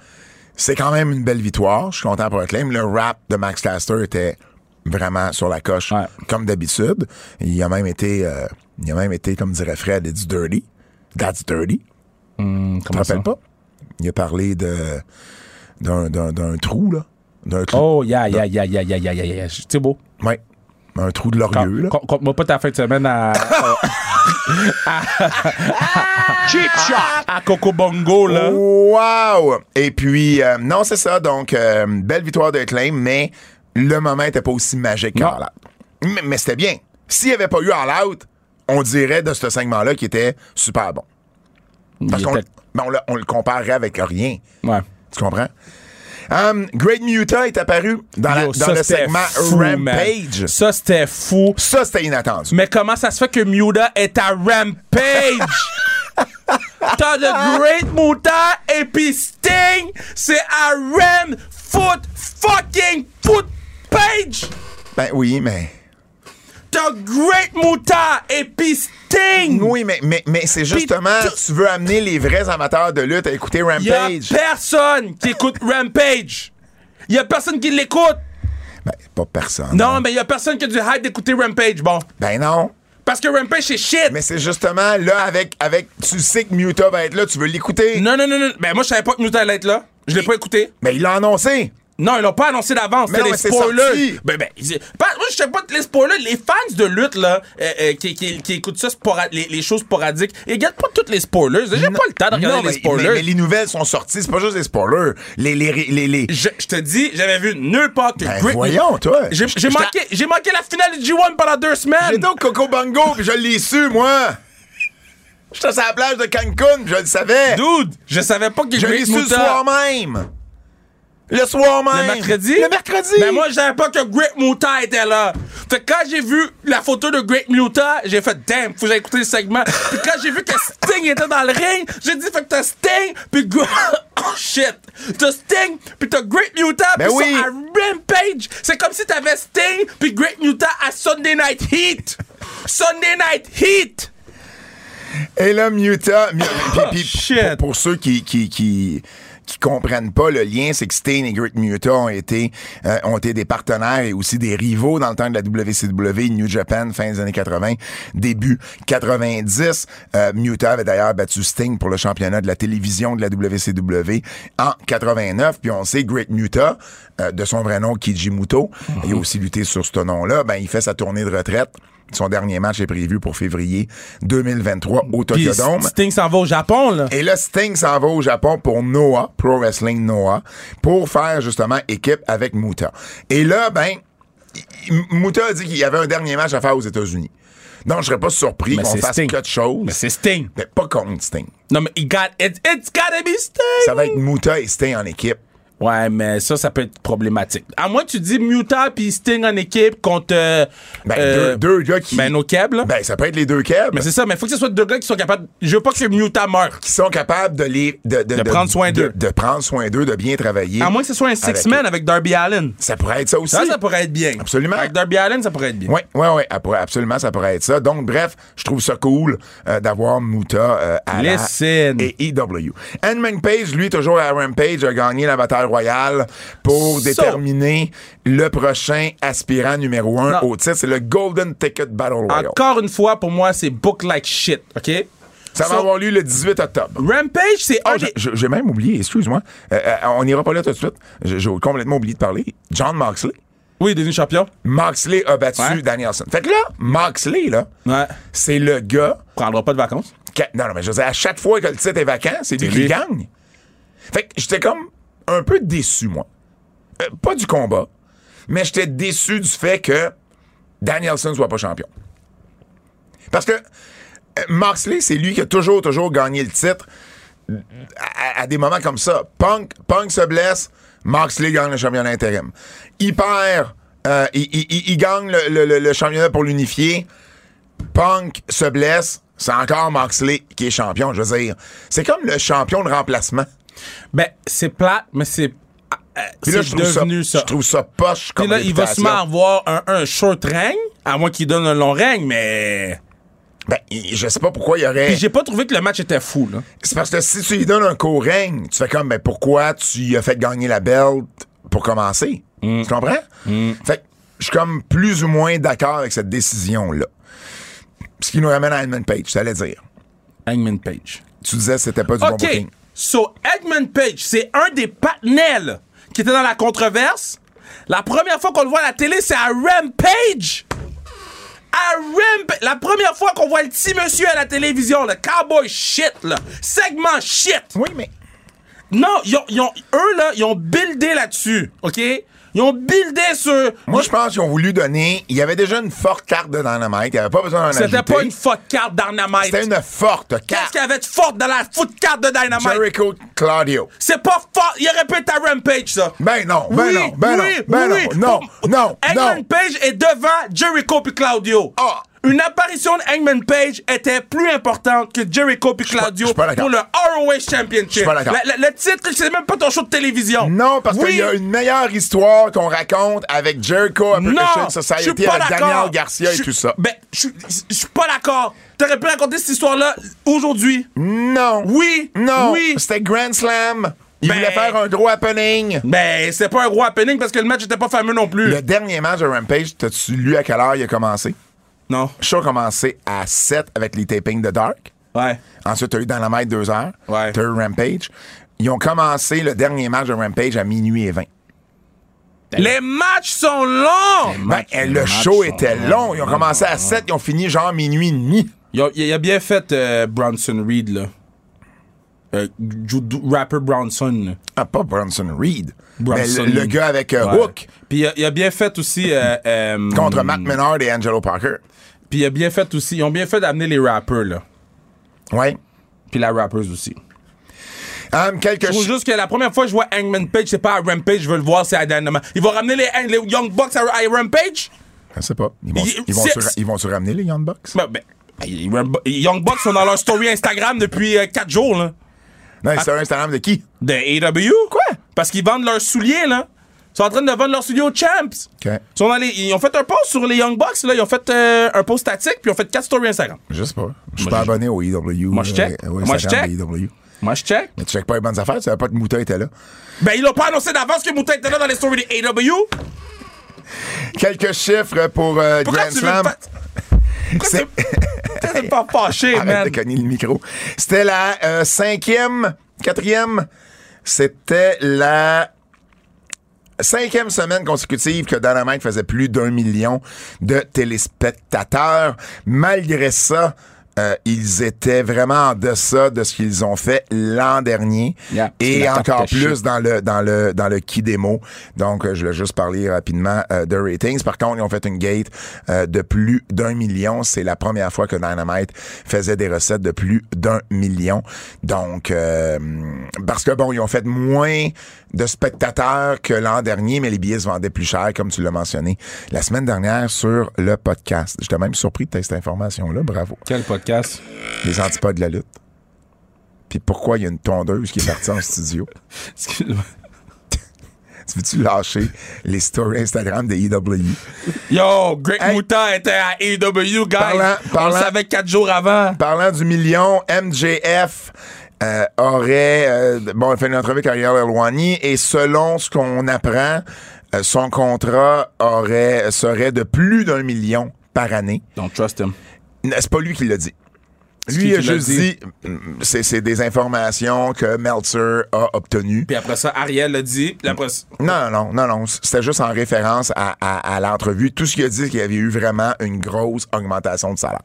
Speaker 2: c'est quand même une belle victoire. Je suis content pour Acclaim. Le rap de Max Caster était vraiment sur la coche,
Speaker 3: Ouais.
Speaker 2: comme d'habitude. Il a même été, euh, il a même été, comme dirait Fred, it's dirty. That's dirty. Je
Speaker 3: Comment
Speaker 2: me
Speaker 3: ça?
Speaker 2: rappelle pas. Il a parlé de d'un, d'un- d'un trou, là. D'un trou.
Speaker 3: Oh, ya, ya, ya, ya, ya, ya, ya, ya. C'est beau.
Speaker 2: Ouais. Un trou de
Speaker 3: Com-
Speaker 2: l'orgueil, là.
Speaker 3: com- Compte-moi pas ta fin de semaine à,
Speaker 1: Cheap shot.
Speaker 3: Ah, à Coco Bongo, là.
Speaker 2: Oh. Wow! Et puis, euh, non, c'est ça. Donc, euh, belle victoire de Claim, mais le moment était pas aussi magique qu'en
Speaker 3: Non.
Speaker 2: All Out. Mais, mais c'était bien. S'il n'y avait pas eu All Out, on dirait de ce segment-là qui était super bon. Parce
Speaker 3: Il
Speaker 2: qu'on
Speaker 3: était-
Speaker 2: ben, on, le- on le comparerait avec rien.
Speaker 3: Ouais.
Speaker 2: Tu comprends? Um, Great Muta est apparu dans, la-
Speaker 3: Yo,
Speaker 2: dans
Speaker 3: ça,
Speaker 2: le
Speaker 3: c'était
Speaker 2: segment
Speaker 3: fou, man.
Speaker 2: Rampage.
Speaker 3: Ça, c'était fou.
Speaker 2: Ça, c'était inattendu.
Speaker 3: Mais comment ça se fait que Muda est à Rampage? T'as The Great Muda et puis Sting, c'est à Ram Foot Fucking Foot Page!
Speaker 2: Ben oui, mais.
Speaker 3: The Great Muda et puis Sting!
Speaker 2: Oui, mais, mais, mais c'est justement,
Speaker 3: tu-
Speaker 2: tu veux amener les vrais amateurs de lutte à écouter
Speaker 3: Y a
Speaker 2: Rampage.
Speaker 3: personne qui écoute Rampage! Y a personne qui l'écoute!
Speaker 2: Ben, pas personne.
Speaker 3: Non, mais y a personne qui a du hype d'écouter Rampage, bon.
Speaker 2: Ben non.
Speaker 3: Parce que Rampage, c'est shit!
Speaker 2: Mais c'est justement là avec avec tu sais que Muta va être là, tu veux l'écouter.
Speaker 3: Non, non, non, non. Ben, moi, je savais pas que Muda allait être là. Je l'ai pas écouté.
Speaker 2: Mais il l'a annoncé.
Speaker 3: Non, ils l'ont pas annoncé d'avance.
Speaker 2: Mais
Speaker 3: C'est
Speaker 2: non,
Speaker 3: les
Speaker 2: mais c'est
Speaker 3: spoilers.
Speaker 2: sorti.
Speaker 3: Ben, ben, ils- pas- moi, je sais pas, les spoilers, les fans de lutte, là, euh, euh, qui, qui, qui écoutent ça, spora- les, les choses sporadiques, ils regardent pas toutes les spoilers. J'ai pas le temps de regarder
Speaker 2: Non, mais,
Speaker 3: les spoilers.
Speaker 2: mais- mais les nouvelles sont sorties, c'est pas juste des spoilers. Les les les, les-
Speaker 3: Je, je te dis, j'avais vu nulle part que
Speaker 2: Ben,
Speaker 3: Great-
Speaker 2: voyons toi.
Speaker 3: J'ai j'ai
Speaker 2: J'étais-
Speaker 3: manqué, j'ai manqué la finale du G1 pendant deux
Speaker 2: J'ai
Speaker 3: semaines.
Speaker 2: donc Coco Bongo, puis je l'ai su moi. J'étais sur la plage de Cancun, puis je le savais.
Speaker 3: Dude, je savais pas que
Speaker 2: je l'ai
Speaker 3: Great
Speaker 2: su le
Speaker 3: Muta-
Speaker 2: soir même. Le soir même.
Speaker 3: Le mercredi?
Speaker 2: Le mercredi.
Speaker 3: Mais moi, je savais pas que Great Muta était là. Fait que quand j'ai vu la photo de Great Muta, j'ai fait damn, faut que j'aille écouter le segment. puis quand j'ai vu que Sting était dans le ring, j'ai dit fait que t'as Sting, puis Gr- oh shit. T'as Sting, puis t'as Great Muta,
Speaker 2: Ben
Speaker 3: puis
Speaker 2: oui.
Speaker 3: ça à Rampage. C'est comme si t'avais Sting, puis Great Muta à Sunday Night Heat. Sunday Night Heat.
Speaker 2: Et là, Muta. Mu- puis- puis-
Speaker 3: shit.
Speaker 2: Pour, pour ceux qui. qui, qui qui comprennent pas le lien, c'est que Sting et Great Muta ont été euh, ont été des partenaires et aussi des rivaux dans le temps de la WCW, New Japan, fin des années 80, début 90. Euh, Muta avait d'ailleurs battu Sting pour le championnat de la télévision de la WCW en 89. Puis on sait Great Muta, euh, de son vrai nom Kiji Muto, il a aussi lutté sur ce nom-là. Ben il fait sa tournée de retraite. Son dernier match est prévu pour février 2023 au
Speaker 3: Puis
Speaker 2: Tokyo Dome.
Speaker 3: Sting s'en va au Japon là.
Speaker 2: Et là, Sting s'en va au Japon pour Noah, Pro Wrestling Noah, pour faire justement équipe avec Muta. Et là, ben, il- il- Muta a dit qu'il y avait un dernier match à faire aux États-Unis. Donc, je serais pas surpris
Speaker 3: Mais
Speaker 2: qu'on
Speaker 3: c'est
Speaker 2: fasse
Speaker 3: Sting.
Speaker 2: quelque chose.
Speaker 3: Mais c'est Sting.
Speaker 2: Mais pas contre Sting.
Speaker 3: Non mais il got it, it's gotta be Sting.
Speaker 2: Ça va être Muta et Sting en équipe.
Speaker 3: Ouais, mais ça, ça peut être problématique. À moins que tu dis Muta puis Sting en équipe contre. euh,
Speaker 2: Ben,
Speaker 3: euh,
Speaker 2: deux, deux gars qui.
Speaker 3: Ben, nos câbles. là.
Speaker 2: Ben, ça peut être les deux Keb
Speaker 3: mais c'est ça, mais faut que ce soit deux gars qui sont capables. Je veux pas que Muta meure.
Speaker 2: qui sont capables de les. De,
Speaker 3: De prendre soin
Speaker 2: de-
Speaker 3: d'eux.
Speaker 2: De premain soin d'eux, de bien travailler.
Speaker 3: À moins que ce soit un
Speaker 2: Avec-
Speaker 3: six-man avec Darby Allen.
Speaker 2: Ça pourrait être ça aussi.
Speaker 3: Ça, ça pourrait être bien.
Speaker 2: Absolument.
Speaker 3: Avec Darby Allen, ça pourrait être bien.
Speaker 2: Oui, oui, oui, absolument, ça pourrait être ça. Donc, bref, je trouve ça cool euh, d'avoir Muta euh, à la E
Speaker 3: Listen.
Speaker 2: et EW. Edmund Page, lui, toujours à Rampage, a gagné la bataille royale pour
Speaker 3: So-
Speaker 2: déterminer le prochain aspirant numéro un
Speaker 3: Non.
Speaker 2: au titre. C'est le Golden Ticket Battle Royale.
Speaker 3: Encore une fois, pour moi, c'est book like shit, OK?
Speaker 2: Ça va
Speaker 3: So,
Speaker 2: avoir lieu le 18 octobre.
Speaker 3: Rampage, c'est
Speaker 2: Ah,
Speaker 3: un
Speaker 2: j'ai-
Speaker 3: des-
Speaker 2: j'ai j'ai même oublié, excuse-moi. Euh, euh, on n'ira pas là tout de suite. J'ai j'ai complètement oublié de parler. John Moxley.
Speaker 3: Oui, il est devenu champion.
Speaker 2: Moxley a battu
Speaker 3: Ouais.
Speaker 2: Danielson. Fait que là, Moxley, là,
Speaker 3: Ouais.
Speaker 2: c'est le gars
Speaker 3: Prendra pas de vacances.
Speaker 2: Qu'à- Non, non, mais je veux dire, à chaque fois que le titre est vacant, c'est lui
Speaker 3: C'est
Speaker 2: qui
Speaker 3: lui.
Speaker 2: gagne. Fait que j'étais comme un peu déçu, moi. Euh, pas du combat, mais j'étais déçu du fait que Danielson soit pas champion. Parce que euh, Moxley, c'est lui qui a toujours, toujours gagné le titre à, à- à des moments comme ça. Punk, Punk se blesse, Moxley gagne le championnat intérim. Il perd, euh, il, il- il- il gagne le, le- le- le championnat pour l'unifier. Punk se blesse, c'est encore Moxley qui est champion, je veux dire. C'est comme le champion de remplacement.
Speaker 3: Ben, c'est plate, mais c'est. ah, euh,
Speaker 2: Puis là,
Speaker 3: c'est
Speaker 2: je trouve
Speaker 3: devenu ça.
Speaker 2: Je trouve ça poche comme
Speaker 3: Puis là, il va
Speaker 2: réputation.
Speaker 3: sûrement avoir un, un short règne, à moins qu'il donne un long règne, mais.
Speaker 2: Ben, il- je sais pas pourquoi il y aurait...
Speaker 3: Puis j'ai pas trouvé que le match était fou, là.
Speaker 2: C'est parce que si tu lui donnes un co règne, tu fais comme, ben pourquoi tu lui as fait gagner la belt pour commencer?
Speaker 3: Mm.
Speaker 2: Tu comprends? Fait que je suis comme plus ou moins d'accord avec cette décision-là. Ce qui nous ramène à Edmund Page, t'allais dire.
Speaker 3: Hangman Page.
Speaker 2: Tu disais que c'était pas du bon
Speaker 3: OK.
Speaker 2: booking.
Speaker 3: So, Edmund Page, c'est un des patnels qui était dans la controverse. La première fois qu'on le voit à la télé, c'est à Rampage. À Rampage. La première fois qu'on voit le petit monsieur à la télévision, le cowboy shit, là. Segment shit.
Speaker 2: Oui, mais
Speaker 3: Non, ils ont, ils ont- eux, là, ils ont buildé là-dessus. OK? Ils ont buildé sur.
Speaker 2: moi, je pense qu'ils ont voulu donner. Il y avait déjà une forte carte de Dynamite. Il n'y avait pas besoin d'en ajouter.
Speaker 3: C'était pas une fuck carte Dynamite.
Speaker 2: C'était une forte
Speaker 3: Qu'est-ce
Speaker 2: carte.
Speaker 3: qu'il y avait de forte dans la foot carte de Dynamite?
Speaker 2: Jericho Claudio.
Speaker 3: C'est pas fort. Il aurait pu être à Rampage, ça.
Speaker 2: Ben non, ben
Speaker 3: Oui,
Speaker 2: non, ben
Speaker 3: oui,
Speaker 2: non, ben
Speaker 3: oui.
Speaker 2: non, non, non,
Speaker 3: Hangman
Speaker 2: non.
Speaker 3: Page est devant Jericho puis Claudio.
Speaker 2: Ah.
Speaker 3: Une apparition de Hangman Page était plus importante que Jericho puis
Speaker 2: pas- je
Speaker 3: Claudio
Speaker 2: suis pas d'accord.
Speaker 3: pour le ROH Championship.
Speaker 2: suis pas d'accord.
Speaker 3: Le, le- le titre, c'est même pas ton show de télévision.
Speaker 2: Non, parce
Speaker 3: Oui.
Speaker 2: qu'il y a une meilleure histoire qu'on raconte avec Jericho,
Speaker 3: Non,
Speaker 2: Appreciation
Speaker 3: je suis
Speaker 2: Society,
Speaker 3: pas
Speaker 2: avec
Speaker 3: d'accord.
Speaker 2: Daniel Garcia et
Speaker 3: Je-
Speaker 2: tout ça.
Speaker 3: Ben, je suis- je suis pas d'accord. T'aurais pu raconter cette histoire-là aujourd'hui.
Speaker 2: Non.
Speaker 3: Oui.
Speaker 2: Non.
Speaker 3: Oui.
Speaker 2: C'était Grand Slam. Il
Speaker 3: Ben-
Speaker 2: voulait faire un gros happening.
Speaker 3: Ben, c'est pas un gros happening parce que le match était pas fameux non plus.
Speaker 2: Le dernier match de Rampage, t'as-tu lu à quelle heure il a commencé?
Speaker 3: Non.
Speaker 2: Le show a commencé à 7 avec les tapings de Dark.
Speaker 3: Ouais.
Speaker 2: Ensuite, t'as eu Dynamite 2 heures.
Speaker 3: Ouais.
Speaker 2: T'as eu Rampage. Ils ont commencé le dernier match de Rampage à minuit et 20.
Speaker 3: Les matchs sont longs!
Speaker 2: Ben, eh, le show était long. Ils ont commencé à 7, ils ont fini genre minuit et demi.
Speaker 3: Il a, il a bien fait euh, Bronson Reed, là. Euh, Ju- Du- rapper Bronson.
Speaker 2: Ah, pas Bronson Reed.
Speaker 3: Bronson.
Speaker 2: Mais le, le gars avec euh,
Speaker 3: là.
Speaker 2: Hook
Speaker 3: Puis il a, il a bien fait aussi. euh, euh,
Speaker 2: contre Matt Menard et Angelo Parker.
Speaker 3: Puis il a bien fait aussi. Ils ont bien fait d'amener les rappers, là.
Speaker 2: Ouais.
Speaker 3: Puis la rappeuse aussi.
Speaker 2: Hum, quelque
Speaker 3: Je trouve
Speaker 2: chose.
Speaker 3: juste que la première fois que je vois Hangman Page, c'est pas à Rampage, je veux le voir, c'est à Dynamite. Ils vont ramener les, Hang- les Young Bucks à, à Rampage?
Speaker 2: Je sais pas. Ils vont,
Speaker 3: Il-
Speaker 2: ils, vont
Speaker 3: c'est-
Speaker 2: se, ils vont se ramener, les Young Bucks?
Speaker 3: Ben, ben, les Rambo- les Young Bucks sont dans leur story Instagram depuis 4 jours, là.
Speaker 2: Non, c'est
Speaker 3: Ah.
Speaker 2: un Instagram de qui?
Speaker 3: De AW? Quoi? Parce qu'ils vendent leurs souliers, là. Ils sont en train de vendre leurs souliers aux champs.
Speaker 2: OK.
Speaker 3: Ils, sont dans les- ils ont fait un post sur les Young Bucks, là. Ils ont fait euh, un post statique, puis ils ont fait 4 stories Instagram.
Speaker 2: Je sais pas. Je suis pas abonné au EW.
Speaker 3: Moi, je check.
Speaker 2: euh, ouais,
Speaker 3: Moi,
Speaker 2: Instagram
Speaker 3: je check.
Speaker 2: de EW.
Speaker 3: Moi, je check.
Speaker 2: Mais tu check pas les bonnes affaires, tu savais pas que Mouta était là.
Speaker 3: Ben, ils l'ont pas annoncé d'avance que Mouton était là dans les stories des AW.
Speaker 2: Quelques chiffres pour euh,
Speaker 3: Pourquoi
Speaker 2: Grand
Speaker 3: tu veux me
Speaker 2: Slam.
Speaker 3: faire-
Speaker 2: C'est-
Speaker 3: T'es pas fâché, man.
Speaker 2: Arrête de cogner le micro. C'était la euh, cinquième, quatrième. C'était la cinquième semaine consécutive que Dynamite faisait plus d'un million de téléspectateurs. Malgré ça, euh, ils étaient vraiment en deçà de ce qu'ils ont fait l'an dernier
Speaker 3: Yeah,
Speaker 2: et
Speaker 3: la tarte
Speaker 2: encore
Speaker 3: à chier.
Speaker 2: plus dans le dans le dans le qui démo. Donc euh, je voulais juste parler rapidement euh, de ratings. Par contre, ils ont fait une gate euh, de plus d'un million. C'est la première fois que Dynamite faisait des recettes de plus d'un million. Donc euh, parce que bon, ils ont fait moins de spectateurs que l'an dernier, mais les billets se vendaient plus cher, comme tu l'as mentionné la semaine dernière sur le podcast. J'étais même surpris de cette information-là. Bravo.
Speaker 3: Quel podcast?
Speaker 2: Les antipodes de la lutte. Puis pourquoi il y a une tondeuse qui est partie en studio?
Speaker 3: Excuse-moi.
Speaker 2: Tu veux-tu lâcher les stories Instagram E des EW?
Speaker 3: Yo, Greg
Speaker 2: Hey.
Speaker 3: Mouton était à AW, guys.
Speaker 2: Parlant-
Speaker 3: On
Speaker 2: parlant-
Speaker 3: le savait 4 jours avant.
Speaker 2: Parlant du million, MJF euh, aurait euh, bon, il fait une entrevue avec Ariel Erwani et selon ce qu'on apprend, euh, son contrat aurait serait de plus d'un million par année.
Speaker 3: Don't trust him.
Speaker 2: N- C'est pas lui qui l'a dit.
Speaker 3: qui
Speaker 2: Lui il a
Speaker 3: qui l'a
Speaker 2: juste dit,
Speaker 3: dit?
Speaker 2: mm, c'est c'est des informations que Meltzer a obtenues.
Speaker 3: Puis après ça, Ariel l'a dit. Puis après ça-
Speaker 2: Non, non, non, non. C'était juste en référence à, à- à l'entrevue. Tout ce qu'il a dit, c'est qu'il y avait eu vraiment une grosse augmentation de salaire.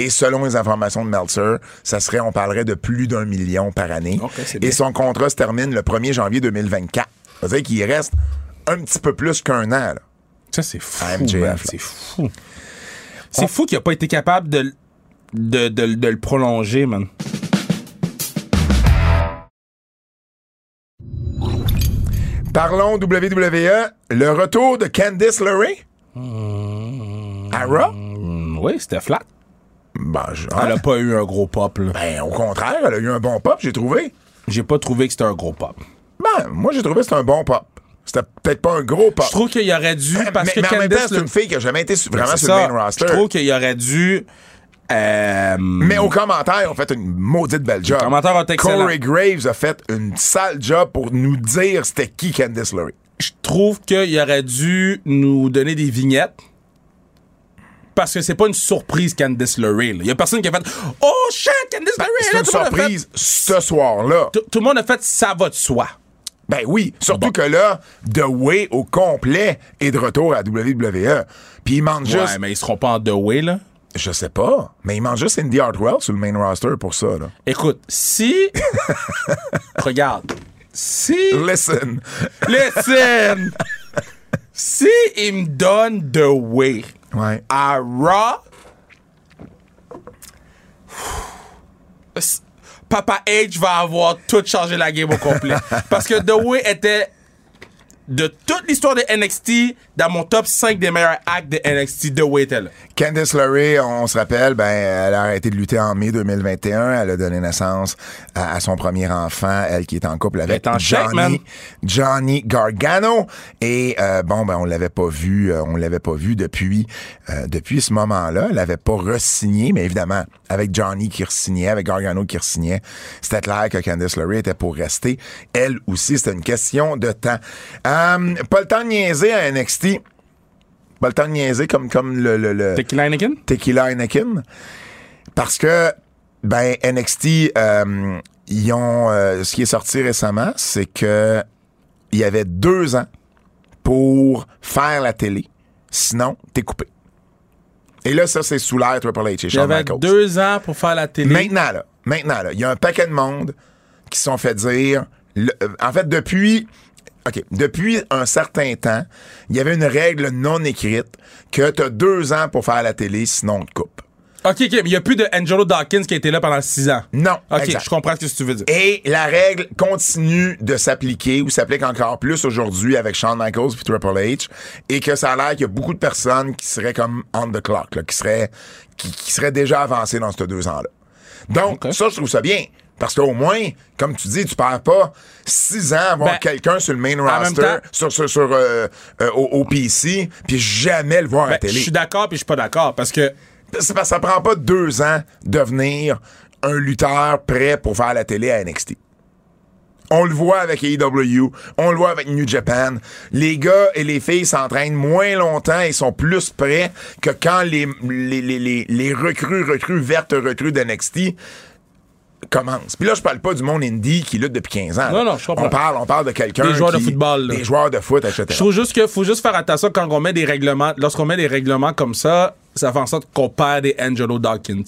Speaker 2: Et selon les informations de Meltzer, ça serait, on parlerait de plus d'un million par année.
Speaker 3: Ok, c'est bien.
Speaker 2: Et son contrat se termine le 1er janvier 2024. C'est-à-dire qu'il reste un petit peu plus qu'un an. là.
Speaker 3: Ça, c'est fou.
Speaker 2: À MJF,
Speaker 3: man.
Speaker 2: là.
Speaker 3: C'est fou. C'est fou qu'il n'a pas été capable de, de, de, de le prolonger, man.
Speaker 2: Parlons WWE. Le retour de Candice LeRae?
Speaker 3: Hmm.
Speaker 2: À Raw?
Speaker 3: Mm, oui, c'était flat.
Speaker 2: Ben, je-
Speaker 3: Elle a pas eu un gros pop, là.
Speaker 2: Ben, au contraire, elle a eu un bon pop, j'ai trouvé.
Speaker 3: J'ai pas trouvé que c'était un gros pop.
Speaker 2: Ben, moi, j'ai trouvé que c'était un bon pop. C'était peut-être pas un gros pop.
Speaker 3: Je trouve qu'il y aurait dû, parce
Speaker 2: mais,
Speaker 3: que
Speaker 2: mais en même temps,
Speaker 3: Candice
Speaker 2: c'est une fille qui a jamais été su- vraiment
Speaker 3: C'est
Speaker 2: sur
Speaker 3: ça.
Speaker 2: le main roster.
Speaker 3: Je trouve qu'il y aurait dû. Euh,
Speaker 2: Mais aux commentaires, on fait une maudite belle job.
Speaker 3: commentaires ont été excellents.
Speaker 2: Corey Graves a fait une sale job pour nous dire c'était qui Candice LeRae.
Speaker 3: Je trouve qu'il aurait dû nous donner des vignettes. Parce que c'est pas une surprise, Candice LeRae. Il y a personne qui a fait Oh shit, Candice LeRae!
Speaker 2: Ben, C'est
Speaker 3: là,
Speaker 2: une
Speaker 3: tout le monde a fait-
Speaker 2: surprise ce soir-là.
Speaker 3: Tout, tout le monde a fait ça va de soi.
Speaker 2: Ben oui, surtout que là, The Way au complet est de retour à WWE. Puis il manque
Speaker 3: Ouais,
Speaker 2: juste,
Speaker 3: mais ils seront pas en The Way, là.
Speaker 2: je sais pas, mais il manque juste Indy Hartwell sur le main roster pour ça. Là.
Speaker 3: Écoute, si. Regarde. Si.
Speaker 2: Listen,
Speaker 3: Listen! si il me donne The Way
Speaker 2: ouais.
Speaker 3: à Raw. Papa H va avoir tout changé la game au complet. Parce que The Way était, de toute l'histoire de NXT, dans mon top 5 des meilleurs actes de NXT, The Way était là.
Speaker 2: Candice LeRae, on se rappelle, ben, elle a arrêté de lutter en mai 2021. Elle a donné naissance à, à son premier enfant, elle qui est en couple avec
Speaker 3: Elle est en shape, man.
Speaker 2: Johnny, Johnny Gargano. Et euh, bon, ben, on l'avait pas vu, euh, on l'avait pas vu depuis, euh, depuis ce moment-là. Elle l'avait pas re-signé, mais évidemment, avec Johnny qui re-signait, avec Gargano qui re-signait, c'était clair que Candice LeRae était pour rester. Elle aussi, c'était une question de temps. Euh, pas le temps de niaiser à NXT. Pas le temps de niaiser comme, comme le- le- le
Speaker 3: Tequila Anakin?
Speaker 2: Tequila Anakin. Parce que, ben, NXT, euh, ils ont, euh, ce qui est sorti récemment, c'est que il y avait deux ans pour faire la télé. Sinon, t'es coupé. Et là, ça, c'est sous l'air Triple H et Shawn
Speaker 3: J'avais
Speaker 2: Michaels.
Speaker 3: deux ans pour faire la télé.
Speaker 2: Maintenant, là, maintenant, là, il y a un paquet de monde qui se sont fait dire. le- euh, en fait, depuis. OK. Depuis un certain temps, il y avait une règle non écrite que t'as deux ans pour faire la télé, sinon on te coupe.
Speaker 3: Ok, ok, mais il n'y a plus de Angelo Dawkins qui a été là pendant six ans.
Speaker 2: Non.
Speaker 3: Ok,
Speaker 2: exact.
Speaker 3: je comprends ce que tu veux dire.
Speaker 2: Et la règle continue de s'appliquer ou s'applique encore plus aujourd'hui avec Shawn Michaels puis Triple H et que ça a l'air qu'il y a beaucoup de personnes qui seraient comme on the clock, là, qui seraient qui, qui seraient déjà avancées dans ces deux ans-là. Donc
Speaker 3: Ok.
Speaker 2: ça, je trouve ça bien. Parce qu'au moins, comme tu dis, tu perds pas six ans à voir
Speaker 3: Ben,
Speaker 2: quelqu'un sur le main
Speaker 3: en même
Speaker 2: roster,
Speaker 3: temps-
Speaker 2: sur, sur, sur, euh, euh, au, au PC, puis jamais le voir à la
Speaker 3: Ben, je
Speaker 2: télé.
Speaker 3: suis d'accord puis je suis pas d'accord parce que
Speaker 2: C'est parce que ça prend pas deux ans devenir un lutteur prêt pour faire la télé à NXT. On le voit avec AEW, on le voit avec New Japan. Les gars et les filles s'entraînent moins longtemps et sont plus prêts que quand les, les, les, les, les recrues, recrues, vertes recrues d'NXT commencent. Puis là, je parle pas du monde indie qui lutte depuis 15 ans.
Speaker 3: Non,
Speaker 2: là.
Speaker 3: non, je comprends.
Speaker 2: On parle, on parle de quelqu'un
Speaker 3: Des joueurs de
Speaker 2: qui-
Speaker 3: football, là.
Speaker 2: Des joueurs de foot, etc.
Speaker 3: je trouve juste que faut juste faire attention quand on met des règlements lorsqu'on met des règlements comme ça ça fait en sorte qu'on perd des Angelo Dawkins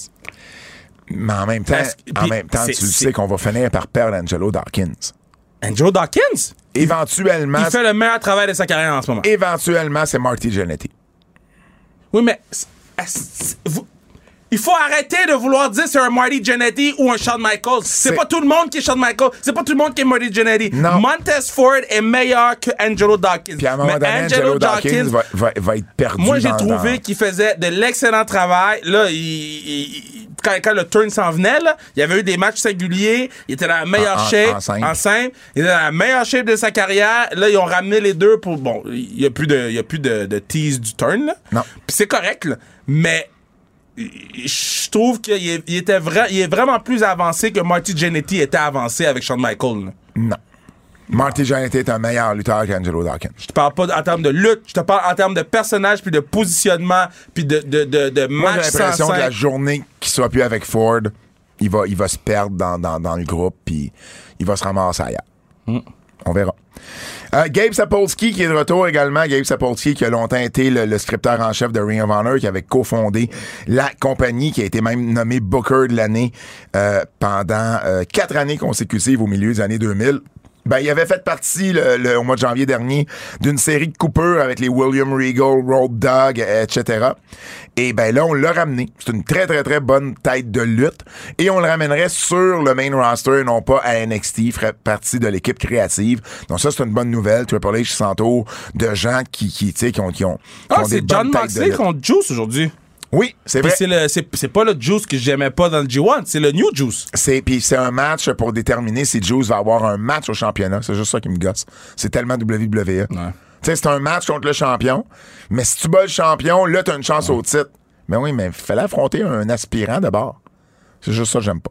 Speaker 2: Mais en même temps,
Speaker 3: Parce que-
Speaker 2: en
Speaker 3: puis
Speaker 2: même temps
Speaker 3: c'est-
Speaker 2: tu le
Speaker 3: c'est-
Speaker 2: sais qu'on va finir par perdre Angelo Dawkins.
Speaker 3: Angelo Dawkins
Speaker 2: Éventuellement,
Speaker 3: il fait le meilleur travail de sa carrière en ce moment
Speaker 2: éventuellement c'est Marty Jannetty.
Speaker 3: oui mais c'est- c'est- vous- il faut arrêter de vouloir dire c'est un Marty Jannetty ou un Shawn Michaels c'est
Speaker 2: C'est-
Speaker 3: pas tout le monde qui est Shawn Michaels c'est pas tout le monde qui est Marty Jannetty
Speaker 2: Non.
Speaker 3: Montez Ford est meilleur que Angelo Dawkins
Speaker 2: Puis à un moment
Speaker 3: Mais
Speaker 2: donné, Angelo Dawkins va, va- va être perdu.
Speaker 3: Moi, j'ai
Speaker 2: dans-
Speaker 3: trouvé
Speaker 2: dans-
Speaker 3: qu'il faisait de l'excellent travail. Là, il- il- il- quand, quand le turn s'en venait, là, il y avait eu des matchs singuliers. Il était dans la meilleure
Speaker 2: En- en-
Speaker 3: shape.
Speaker 2: en simple.
Speaker 3: simple. Il était dans la meilleure shape de sa carrière. Là, ils ont ramené les deux pour. Bon, il n'y a plus de, il y a plus de, de tease du turn. Là.
Speaker 2: Non.
Speaker 3: Puis c'est correct, là. mais je trouve qu'il est, il était vra- il est vraiment plus avancé que Marty Jannetty était avancé avec Shawn Michaels. là.
Speaker 2: Non. Marty Jannetty est un meilleur lutteur qu'Angelo Dawkins.
Speaker 3: Je te parle pas en termes de lutte, je te parle en termes de personnage, puis de positionnement, puis de, de, de, de
Speaker 2: Moi, j'ai
Speaker 3: match sans
Speaker 2: l'impression que la
Speaker 3: scène.
Speaker 2: journée qu'il soit plus avec Ford, il va, il va se perdre dans, dans- dans le groupe, puis il va se ramasser ailleurs.
Speaker 3: Hmm.
Speaker 2: On verra. Euh, Gabe Sapolsky qui est de retour également. Gabe Sapolsky qui a longtemps été le, le scripteur en chef de Ring of Honor, qui avait cofondé la compagnie, qui a été même nommé Booker de l'année euh, pendant euh, quatre années consécutives au milieu des années 2000. Ben, il avait fait partie le, le- au mois de janvier dernier d'une série de coupures avec les William Regal, Road Dog, etc. Et ben là, on l'a ramené. C'est une très, très, très bonne tête de lutte. Et on le ramènerait sur le main roster, et non pas à NXT. Il ferait partie de l'équipe créative. Donc ça, c'est une bonne nouvelle. Triple H s'entoure de gens qui, qui, tu sais, qui ont, qui ont, qui
Speaker 3: Ah,
Speaker 2: ont des
Speaker 3: c'est
Speaker 2: bonnes
Speaker 3: John
Speaker 2: têtes de
Speaker 3: Moxley
Speaker 2: lutte.
Speaker 3: contre Juice aujourd'hui.
Speaker 2: Oui, c'est
Speaker 3: Puis
Speaker 2: vrai.
Speaker 3: c'est le- c'est c'est pas le Juice que j'aimais pas dans le G1, c'est le New Juice.
Speaker 2: C'est puis c'est un match pour déterminer si Juice va avoir un match au championnat. C'est juste ça qui me gosse. C'est tellement E. WWE. Tu sais, c'est un match contre le champion, mais si tu bats le champion, là t'as une chance au titre. Mais oui, mais fallait affronter un aspirant d'abord. C'est juste ça que j'aime pas.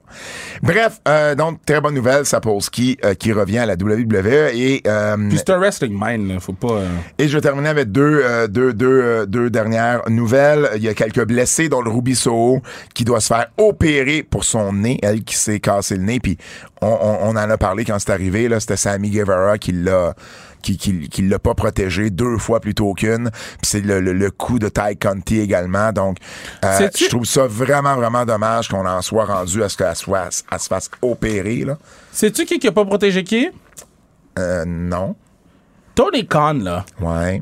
Speaker 2: Bref, euh, donc très bonne nouvelle, Sapolsky qui qui revient à la WWE et euh,
Speaker 3: Puis c'est un wrestling mind, là, faut pas. euh,
Speaker 2: et je vais terminer avec deux, euh, deux, deux, euh, deux dernières nouvelles. Il y a quelques blessés, dont le Ruby Soho, qui doit se faire opérer pour son nez, elle qui s'est cassé le nez. Puis on, on, on en a parlé quand c'est arrivé. Là, c'était Sammy Guevara qui l'a qui, qui, qui l'a pas protégé deux fois plutôt qu'une. Puis c'est le, le, le coup de Ty Conti également. Donc, euh,
Speaker 3: C'est-tu-
Speaker 2: je trouve ça vraiment, vraiment dommage qu'on en soit rendu à ce qu'elle soit, elle se fasse opérer. Là.
Speaker 3: Sais-tu qui qui a pas protégé qui?
Speaker 2: Euh, non.
Speaker 3: Tony Khan, là.
Speaker 2: Ouais.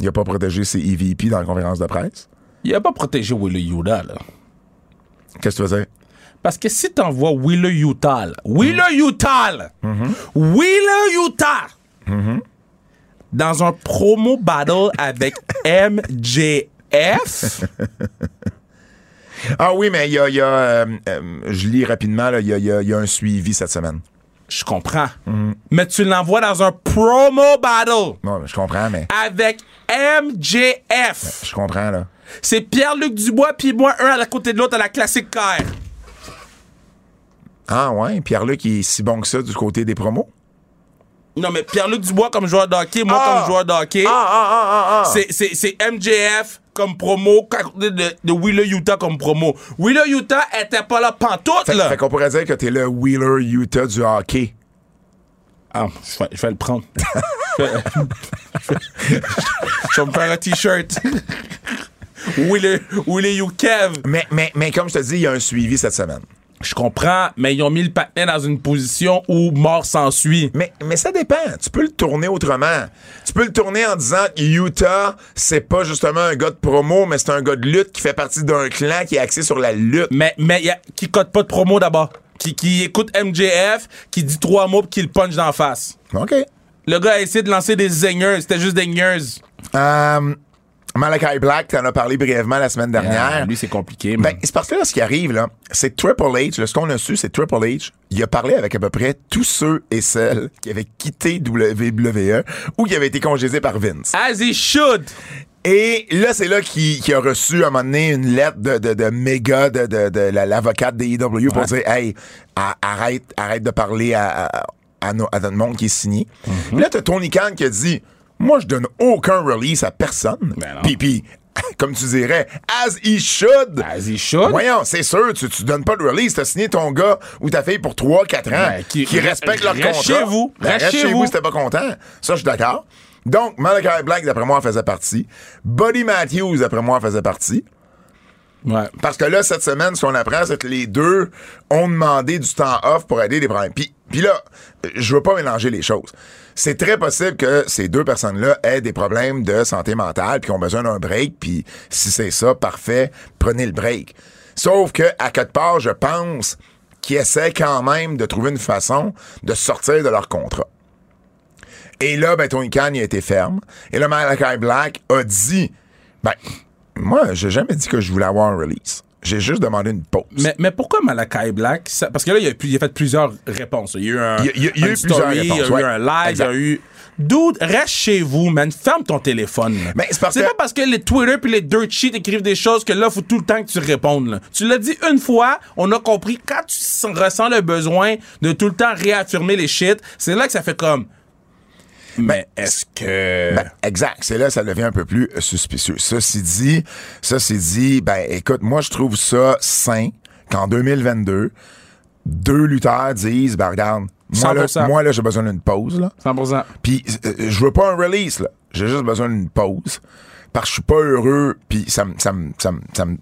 Speaker 2: Il a pas protégé ses EVP dans la conférence de presse.
Speaker 3: Il a pas protégé Willow Yuta, là.
Speaker 2: Qu'est-ce que tu veux dire?
Speaker 3: Parce que si t'envoies Willow Yuta, là, Willow
Speaker 2: Mhm.
Speaker 3: Yuta, là, Willow Yuta,
Speaker 2: Mhm.
Speaker 3: dans un promo battle avec MJF,
Speaker 2: Ah oui, mais il y a, il y a, euh, euh, je lis rapidement, là, il y a, il y a- il y a un suivi cette semaine.
Speaker 3: je comprends.
Speaker 2: Mhm.
Speaker 3: Mais tu l'envoies dans un promo battle
Speaker 2: Non, mais je comprends, mais
Speaker 3: avec MJF.
Speaker 2: je comprends, là.
Speaker 3: C'est Pierre-Luc Dubois puis moi, un à la côté de l'autre à la classique car.
Speaker 2: Ah ouais, Pierre-Luc, il est si bon que ça du côté des promos?
Speaker 3: Non, mais Pierre-Luc Dubois comme joueur de hockey, moi
Speaker 2: Ah.
Speaker 3: comme joueur de hockey.
Speaker 2: ah, ah, ah!
Speaker 3: C'est- C'est c'est MJF comme promo, qu'à côté de, de Wheeler Utah comme promo. Wheeler Utah était pas là pantoute,
Speaker 2: Fait,
Speaker 3: là.
Speaker 2: fait qu'on pourrait dire que t'es le Wheeler Utah du hockey.
Speaker 3: Ah, je vais, je vais le prendre. je, vais, je vais me faire un t-shirt. Wheeler, Wheeler Kev.
Speaker 2: Mais, mais, mais comme je te dis, il y a un suivi cette semaine.
Speaker 3: Je comprends, mais ils ont mis le patin dans une position où mort s'ensuit.
Speaker 2: Mais, mais ça dépend. Tu peux le tourner autrement. Tu peux le tourner en disant que Utah, c'est pas justement un gars de promo, mais c'est un gars de lutte qui fait partie d'un clan qui est axé sur la lutte.
Speaker 3: Mais, mais y a- qui code pas de promo d'abord. Qui, qui écoute MJF, qui dit trois mots puis qui le punch d'en face.
Speaker 2: OK.
Speaker 3: Le gars a essayé de lancer des zingers, c'était juste des zingers.
Speaker 2: Euh, Malachi Black, t'en as parlé brièvement la semaine dernière.
Speaker 3: Ah, c'est compliqué.
Speaker 2: Ben, c'est parce que là, ce qui arrive, là, c'est Triple H, là, ce qu'on a su, c'est Triple H, il a parlé avec à peu près tous ceux et celles qui avaient quitté WWE ou qui avaient été congédiés par Vince.
Speaker 3: As he should.
Speaker 2: Et là, c'est là qu'il qu'il a reçu à un moment donné une lettre de, de, de méga de, de, de la- l'avocate des IW pour dire Hey, a- arrête, arrête de parler à, à, à, nos- à notre monde qui est signé.
Speaker 3: Mhm.
Speaker 2: Puis Là, t'as Tony Khan qui a dit Moi, je donne aucun release à personne.
Speaker 3: Ben non.
Speaker 2: Puis, puis, comme tu dirais, as he should.
Speaker 3: As he should.
Speaker 2: Voyons, c'est sûr, tu, tu donnes pas de release. T'as signé ton gars ou ta fille pour 3-4 ans
Speaker 3: Ben,
Speaker 2: qui,
Speaker 3: qui-
Speaker 2: respectent leur
Speaker 3: reste
Speaker 2: contrat.
Speaker 3: chez vous.
Speaker 2: Ben,
Speaker 3: Reste
Speaker 2: reste
Speaker 3: chez
Speaker 2: chez vous
Speaker 3: vous.
Speaker 2: si t'es pas content. Ça, je suis d'accord. Donc, Malachi Black, d'après moi, en faisait partie. Buddy Matthews, d'après moi, en faisait partie.
Speaker 3: Ouais.
Speaker 2: Parce que là, cette semaine, ce qu'on apprend, c'est que les deux ont demandé du temps off pour aider les problèmes. Puis, puis là, euh, je veux pas mélanger les choses. C'est très possible que ces deux personnes-là aient des problèmes de santé mentale, puis qu'ils ont besoin d'un break, puis si c'est ça, parfait, prenez le break. Sauf que, à quelque part, je pense qu'ils essaient quand même de trouver une façon de sortir de leur contrat. Et là, ben, Tony Khan, il a été ferme. Et là, Malachi Black a dit, ben, moi, j'ai jamais dit que je voulais avoir un release. J'ai juste demandé une pause.
Speaker 3: Mais, mais pourquoi Malakai Black? Ça- parce que là, il a, pu- il a fait plusieurs réponses. Il y a eu un,
Speaker 2: Il y a- il y a- il y a
Speaker 3: une
Speaker 2: eu plusieurs
Speaker 3: story,
Speaker 2: réponses,
Speaker 3: il y a eu
Speaker 2: ouais.
Speaker 3: un live,
Speaker 2: Exact.
Speaker 3: il y a eu... Dude, reste chez vous, man. Ferme ton téléphone. là.
Speaker 2: Mais c'est parce que-
Speaker 3: pas parce que les Twitter puis les dirt sheets écrivent des choses que là, faut tout le temps que tu répondes. là. Tu l'as dit une fois, on a compris. Quand tu s- ressens le besoin de tout le temps réaffirmer les shit, c'est là que ça fait comme... Mais est-ce que...
Speaker 2: Ben, exact. C'est là que ça devient un peu plus euh, suspicieux. Ceci dit, ceci dit, ben, écoute, moi, je trouve ça sain qu'en 2022, deux lutteurs disent, ben, regarde, moi, là,
Speaker 3: 100%.
Speaker 2: moi, là, j'ai besoin d'une pause, là.
Speaker 3: 100%.
Speaker 2: Puis euh, je veux pas un release, là. J'ai juste besoin d'une pause. Parce que je suis pas heureux, puis ça me ça me- ça me- ça me-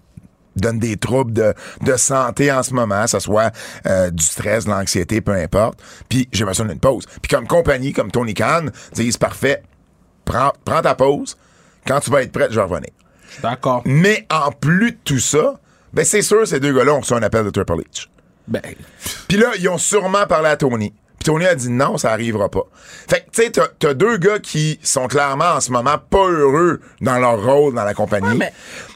Speaker 2: donne des troubles de, de santé en ce moment, que ce soit euh, du stress, de l'anxiété, peu importe. Puis j'ai besoin d'une pause. Puis comme compagnie, comme Tony Khan, disent parfait, prends, prends ta pause. Quand tu vas être prêt, je vais revenir.
Speaker 3: D'accord.
Speaker 2: Mais en plus de tout ça, ben c'est sûr, ces deux gars-là ont reçu un appel de Triple H.
Speaker 3: Ben,
Speaker 2: Puis là, ils ont sûrement parlé à Tony. Puis Tony a dit non, ça arrivera pas. Fait que, tu sais, t'as- t'as deux gars qui sont clairement en ce moment pas heureux dans leur rôle dans la compagnie,
Speaker 3: mais-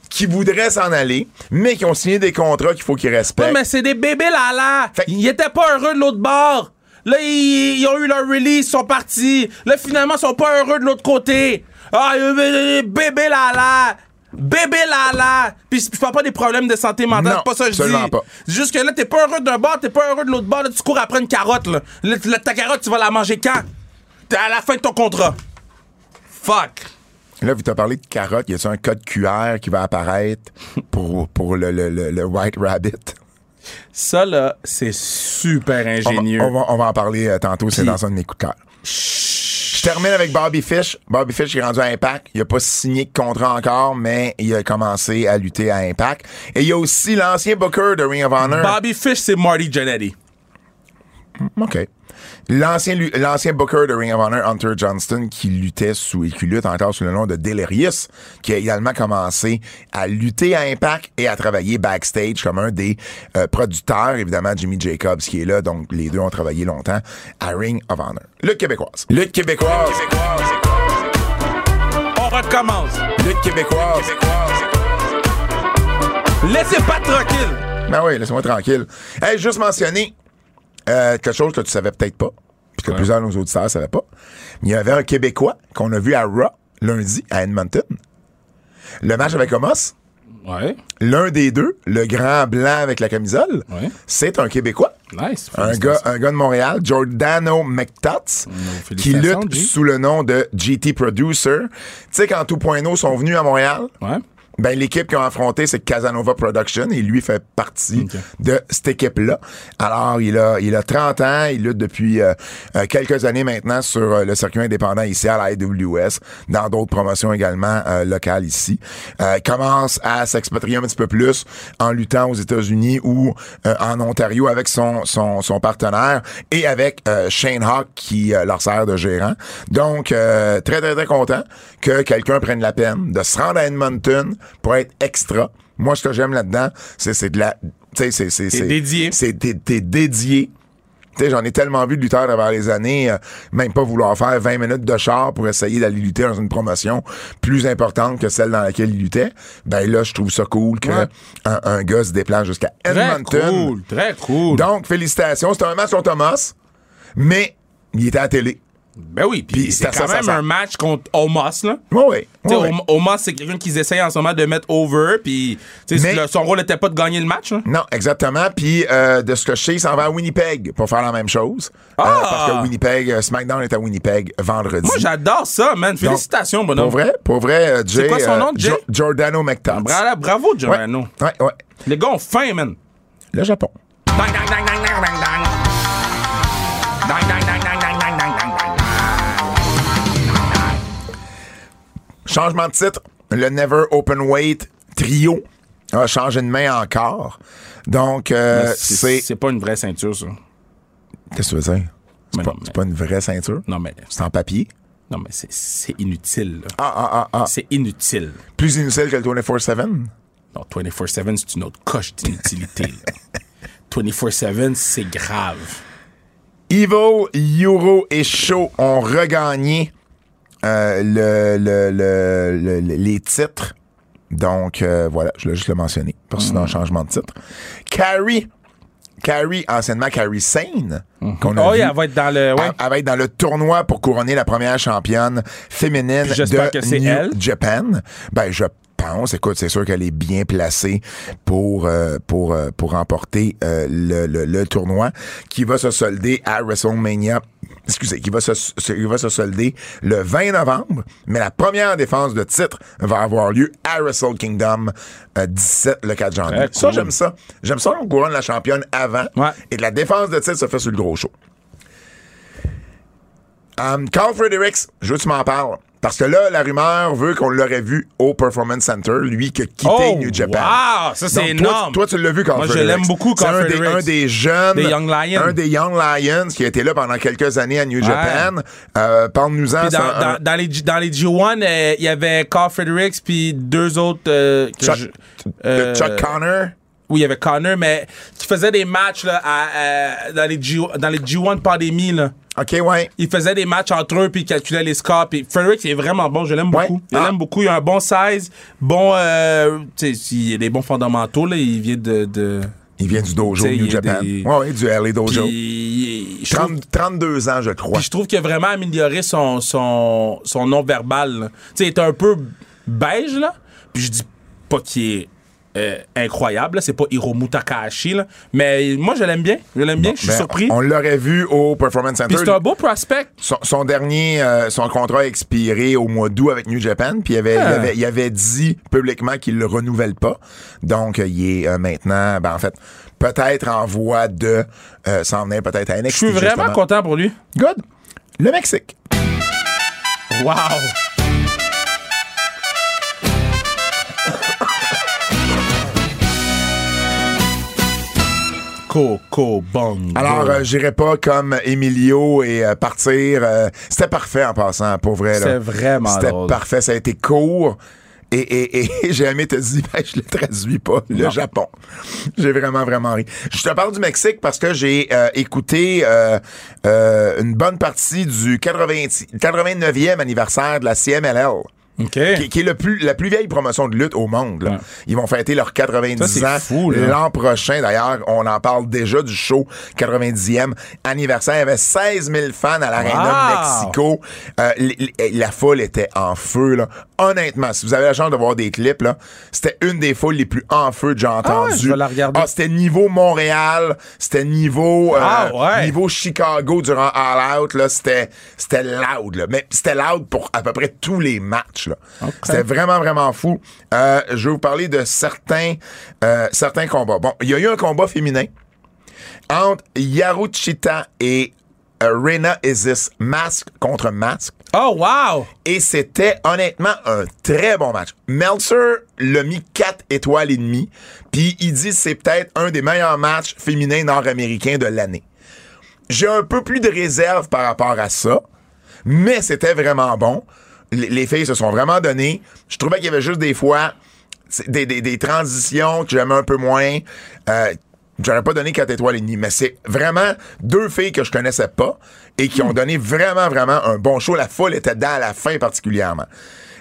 Speaker 2: qui voudraient s'en aller, mais qui ont signé des contrats qu'il faut qu'ils respectent.
Speaker 3: Ouais, mais c'est des bébés là là.
Speaker 2: Ben, Fait-
Speaker 3: Ils étaient pas heureux de l'autre bord. Là, ils, ils ont eu leur release, ils sont partis. Là, finalement, ils sont pas heureux de l'autre côté. Ah, euh, euh, euh, bébé là là. Bébé là là. Puis je parle pas des problèmes de santé mentale,
Speaker 2: Non,
Speaker 3: c'est pas ça que je
Speaker 2: absolument
Speaker 3: dis.
Speaker 2: pas.
Speaker 3: Jusque là, t'es pas heureux d'un bord, t'es pas heureux de l'autre bord. Là, tu cours après une carotte. Là. Là, tu- là, ta carotte, tu vas la manger quand? T'es à la fin de ton contrat. Fuck.
Speaker 2: Là, vous t'as parlé de carotte, y a-tu un code QR qui va apparaître pour, pour le, le- le- le White Rabbit?
Speaker 3: Ça, là, c'est super
Speaker 2: On va,
Speaker 3: ingénieux.
Speaker 2: on va- on va en parler euh, tantôt, c'est
Speaker 3: Puis-
Speaker 2: dans un de mes coups de cœur. Je termine avec Bobby Fish. Bobby Fish est rendu à Impact. Il a pas signé de contrat encore, mais il a commencé à lutter à Impact. Et il y a aussi l'ancien Booker de Ring of Honor.
Speaker 3: Bobby Fish, c'est Marty Jannetty.
Speaker 2: OK. L'ancien, lu- l'ancien Booker de Ring of Honor, Hunter Johnston, qui luttait sous et qui lutte encore sous le nom de Delirious, qui a également commencé à lutter à Impact et à travailler backstage comme un des euh, producteurs, évidemment, Jimmy Jacobs qui est là. Donc, les deux ont travaillé longtemps à Ring of Honor. Lutte québécoise. Lutte québécoise.
Speaker 3: On recommence.
Speaker 2: Lutte québécoise.
Speaker 3: Laissez pas tranquille.
Speaker 2: Ben oui, laisse-moi tranquille. Hey, juste mentionner euh, quelque chose que tu savais peut-être pas, puis que plusieurs de nos auditeurs ne savaient pas. Il y avait un Québécois qu'on a vu à Raw lundi à Edmonton. Le match avec Homos,
Speaker 3: Ouais,
Speaker 2: l'un des deux, le grand blanc avec la camisole,
Speaker 3: Ouais.
Speaker 2: c'est un Québécois.
Speaker 3: nice.
Speaker 2: Un gars, un gars de Montréal, Giordano McTats, qui
Speaker 3: félicitations,
Speaker 2: lutte
Speaker 3: G.
Speaker 2: sous le nom de GT Producer. Tu sais, quand Tout.0 sont venus à Montréal,
Speaker 3: Ouais.
Speaker 2: ben, l'équipe qu'ils ont affrontée, c'est Casanova Production et lui fait partie de cette équipe-là. Alors, il a, il a 30 ans, il lutte depuis euh, euh, quelques années maintenant sur euh, le circuit indépendant ici à la AWS, dans d'autres promotions également euh, locales ici. Euh, il commence à s'expatrier un petit peu plus en luttant aux États-Unis ou euh, en Ontario avec son, son, son partenaire et avec euh, Shane Hawk qui euh, leur sert de gérant. Donc, euh, très, très, très content que quelqu'un prenne la peine de se rendre à Edmonton pour être extra. Moi, ce que j'aime là-dedans, c'est c'est de la... tu sais, c'est- c'est- c'est-
Speaker 3: dédié.
Speaker 2: C'est t'es- t'es dédié. Tu sais, j'en ai tellement vu de lutteurs travers les années, euh, même pas vouloir faire 20 minutes de char pour essayer d'aller lutter dans une promotion plus importante que celle dans laquelle ils luttaient. Ben là, je trouve ça cool que
Speaker 3: Ouais.
Speaker 2: un, un gars se déplace jusqu'à
Speaker 3: Très
Speaker 2: Edmonton.
Speaker 3: cool, très cool.
Speaker 2: Donc, félicitations. C'était un match contre Thomas, mais il était à la télé.
Speaker 3: ben oui,
Speaker 2: puis
Speaker 3: puis c'est
Speaker 2: ça, ça,
Speaker 3: quand même
Speaker 2: ça.
Speaker 3: un match contre Omos, là.
Speaker 2: Oui, oui.
Speaker 3: Tu sais, Om- Omos, c'est quelqu'un qu'ils essayent en ce moment de mettre over, puis tu sais,
Speaker 2: Mais-
Speaker 3: le- son rôle n'était pas de gagner le match. hein. là.
Speaker 2: Non, exactement. Puis euh, de ce que je sais, il s'en va à Winnipeg pour faire la même chose. Euh,
Speaker 3: Ah!
Speaker 2: parce que Winnipeg, euh, SmackDown est à Winnipeg vendredi.
Speaker 3: Moi, j'adore ça, man. Félicitations,
Speaker 2: Mm. pour
Speaker 3: bonhomme.
Speaker 2: vrai, pour vrai, euh, Jay,
Speaker 3: quoi son
Speaker 2: euh,
Speaker 3: nom, Jay?
Speaker 2: Jo- Giordano McTavish.
Speaker 3: Bra- Bravo, Giordano.
Speaker 2: Ouais, ouais.
Speaker 3: Les gars ont faim, man.
Speaker 2: Le Japon.
Speaker 1: Dang, dang, dang, dang, dang, dang, dang. Dang, dang, dang, dang, dang, dang, dang, dang, dang.
Speaker 2: Changement de titre, le Never Open Weight Trio a changé de main encore. Donc, euh, c'est...
Speaker 3: C'est pas une vraie ceinture, ça.
Speaker 2: Qu'est-ce que tu veux dire? C'est
Speaker 3: Mais
Speaker 2: pas,
Speaker 3: non,
Speaker 2: c'est
Speaker 3: mais-
Speaker 2: pas une vraie ceinture?
Speaker 3: Non, mais,
Speaker 2: C'est en papier?
Speaker 3: non, mais c'est- c'est inutile, là.
Speaker 2: Ah, ah, ah, ah.
Speaker 3: C'est inutile.
Speaker 2: Plus inutile que le 24-7?
Speaker 3: Non, 24-7, c'est une autre coche d'inutilité. là. 24-7, c'est grave.
Speaker 2: Ivo, Euro et Show ont regagné euh, le- le- le- le- le- les titres. Donc, euh, voilà, je voulais juste le mentionner. Parce que sinon,
Speaker 3: Mm.
Speaker 2: changement de titre. Carrie, Carrie, anciennement Carrie Sane, qu'on a
Speaker 3: Oh,
Speaker 2: vu,
Speaker 3: elle va être dans le. Ouais.
Speaker 2: elle- elle va être dans le tournoi pour couronner la première championne féminine
Speaker 3: Puis j'espère
Speaker 2: de
Speaker 3: que c'est
Speaker 2: New
Speaker 3: elle.
Speaker 2: Japan. Ben, je pense, écoute, c'est sûr qu'elle est bien placée pour euh, pour euh, pour remporter euh, le, le- le tournoi qui va se solder à WrestleMania. Excusez, qui va se, se- qui va se solder le 20 novembre, mais la première défense de titre va avoir lieu à Wrestle Kingdom euh, 17 le 4 janvier.
Speaker 3: Très
Speaker 2: Ça
Speaker 3: cool.
Speaker 2: j'aime ça. J'aime ça on couronne la championne avant
Speaker 3: Ouais.
Speaker 2: et que la défense de titre se fait sur le gros show. Um, Carl Fredericks, je veux que tu m'en parles. Parce que là, la rumeur veut qu'on l'aurait vu au Performance Center, lui qui a quitté New Japan.
Speaker 3: Oh, Wow, ça c'est
Speaker 2: Donc, toi,
Speaker 3: énorme.
Speaker 2: Toi, tu l'as vu quand
Speaker 3: Moi, je l'aime beaucoup,
Speaker 2: C'est un
Speaker 3: Conor
Speaker 2: des,
Speaker 3: Fredericks.
Speaker 2: un des jeunes.
Speaker 3: Des Young Lions.
Speaker 2: Un des Young Lions qui a été là pendant quelques années à New Japan. Euh, Parle-nous-en.
Speaker 3: Puis
Speaker 2: c'est
Speaker 3: dans,
Speaker 2: un-
Speaker 3: dans, dans les, G- dans les G1, euh, il y avait Carl Fredericks, puis deux autres. euh, que
Speaker 2: Chuck-
Speaker 3: je-
Speaker 2: de
Speaker 3: euh,
Speaker 2: Chuck Connor.
Speaker 3: Oui, il y avait Connor, mais qui faisait des matchs là, à, à- dans, les G, dans les G1 pandémie. Là.
Speaker 2: OK, ouais.
Speaker 3: Ils faisaient des matchs entre eux, puis ils calculaient les scores. Puis Fredericks il est vraiment bon, je l'aime
Speaker 2: Ouais.
Speaker 3: beaucoup. Je
Speaker 2: Ah.
Speaker 3: l'aime beaucoup, il a un bon size, bon. Euh, tu sais, il a des bons fondamentaux, là, il vient de. de
Speaker 2: Il vient du dojo
Speaker 3: Tu sais,
Speaker 2: New
Speaker 3: il est
Speaker 2: Japan.
Speaker 3: des-
Speaker 2: Ouais, ouais, du LA Dojo.
Speaker 3: puis, je trouve-
Speaker 2: 30 32 ans, je crois.
Speaker 3: Puis je trouve qu'il a vraiment amélioré son, son, son non-verbal. là. Tu sais, il est un peu beige, là. Puis je dis pas qu'il est euh, incroyable, là. C'est pas Hiromu Takahashi, là. Mais moi, je l'aime bien. Je l'aime bien. Je suis
Speaker 2: Ben,
Speaker 3: surpris.
Speaker 2: On l'aurait vu au Performance Center.
Speaker 3: Puis c'est un beau prospect.
Speaker 2: Son, son dernier, euh, son contrat a expiré au mois d'août avec New Japan, puis il avait,
Speaker 3: Ah.
Speaker 2: il avait, il avait dit publiquement qu'il le renouvelle pas. Donc, euh, il est euh, maintenant, ben en fait, peut-être en voie de euh, s'en venir peut-être à NXT.
Speaker 3: Je suis vraiment
Speaker 2: justement.
Speaker 3: content pour lui.
Speaker 2: Good. Le Mexique.
Speaker 3: Wow! Coco Bong.
Speaker 2: Alors, euh, j'irai pas comme Emilio et euh, partir. euh, C'était parfait en passant, pour vrai. là.
Speaker 3: C'est vraiment
Speaker 2: C'était
Speaker 3: drôle.
Speaker 2: parfait, ça a été court. Et, et, et j'ai aimé te dire, ben, je le traduis pas, le
Speaker 3: Non.
Speaker 2: Japon. J'ai vraiment, vraiment ri. Je te parle du Mexique parce que j'ai euh, écouté euh, euh, une bonne partie du 80 89e anniversaire de la CMLL.
Speaker 3: OK.
Speaker 2: Qui, qui est le plus, la plus vieille promotion de lutte au monde. là.
Speaker 3: Ouais.
Speaker 2: Ils vont fêter leurs 90
Speaker 3: Ça,
Speaker 2: ans
Speaker 3: c'est fou, là.
Speaker 2: l'an prochain. D'ailleurs, on en parle déjà du show 90e anniversaire. Il y avait 16 000 fans à l'Arena
Speaker 3: Wow!
Speaker 2: Mexico. Euh, l- l- la foule était en feu. Là. Honnêtement, si vous avez la chance de voir des clips, là, c'était une des foules les plus en feu que j'ai entendu.
Speaker 3: Ah je vais la regarder.
Speaker 2: Ah, c'était niveau Montréal, c'était niveau, euh,
Speaker 3: Ah, ouais.
Speaker 2: niveau Chicago durant All Out. là, C'était c'était loud. là. Mais c'était loud pour à peu près tous les matchs. là. C'était vraiment, vraiment fou. Euh, je vais vous parler de certains, euh, certains combats. Bon, il y a eu un combat féminin entre Yaruchita et euh, Rena Isis, masque contre masque.
Speaker 3: Oh, wow!
Speaker 2: Et c'était honnêtement un très bon match. Meltzer l'a mis 4 étoiles et demie. Puis il dit que c'est peut-être un des meilleurs matchs féminins nord-américains de l'année. J'ai un peu plus de réserve par rapport à ça, mais c'était vraiment bon. Les, les filles se sont vraiment données. Je trouvais qu'il y avait juste des fois c'est des, des- des transitions que j'aimais un peu moins. Euh, J'aurais pas donné 4 étoiles et demie, mais c'est vraiment deux filles que je connaissais pas et
Speaker 3: Hmm.
Speaker 2: qui ont donné vraiment, vraiment un bon show. La foule était dans la fin particulièrement.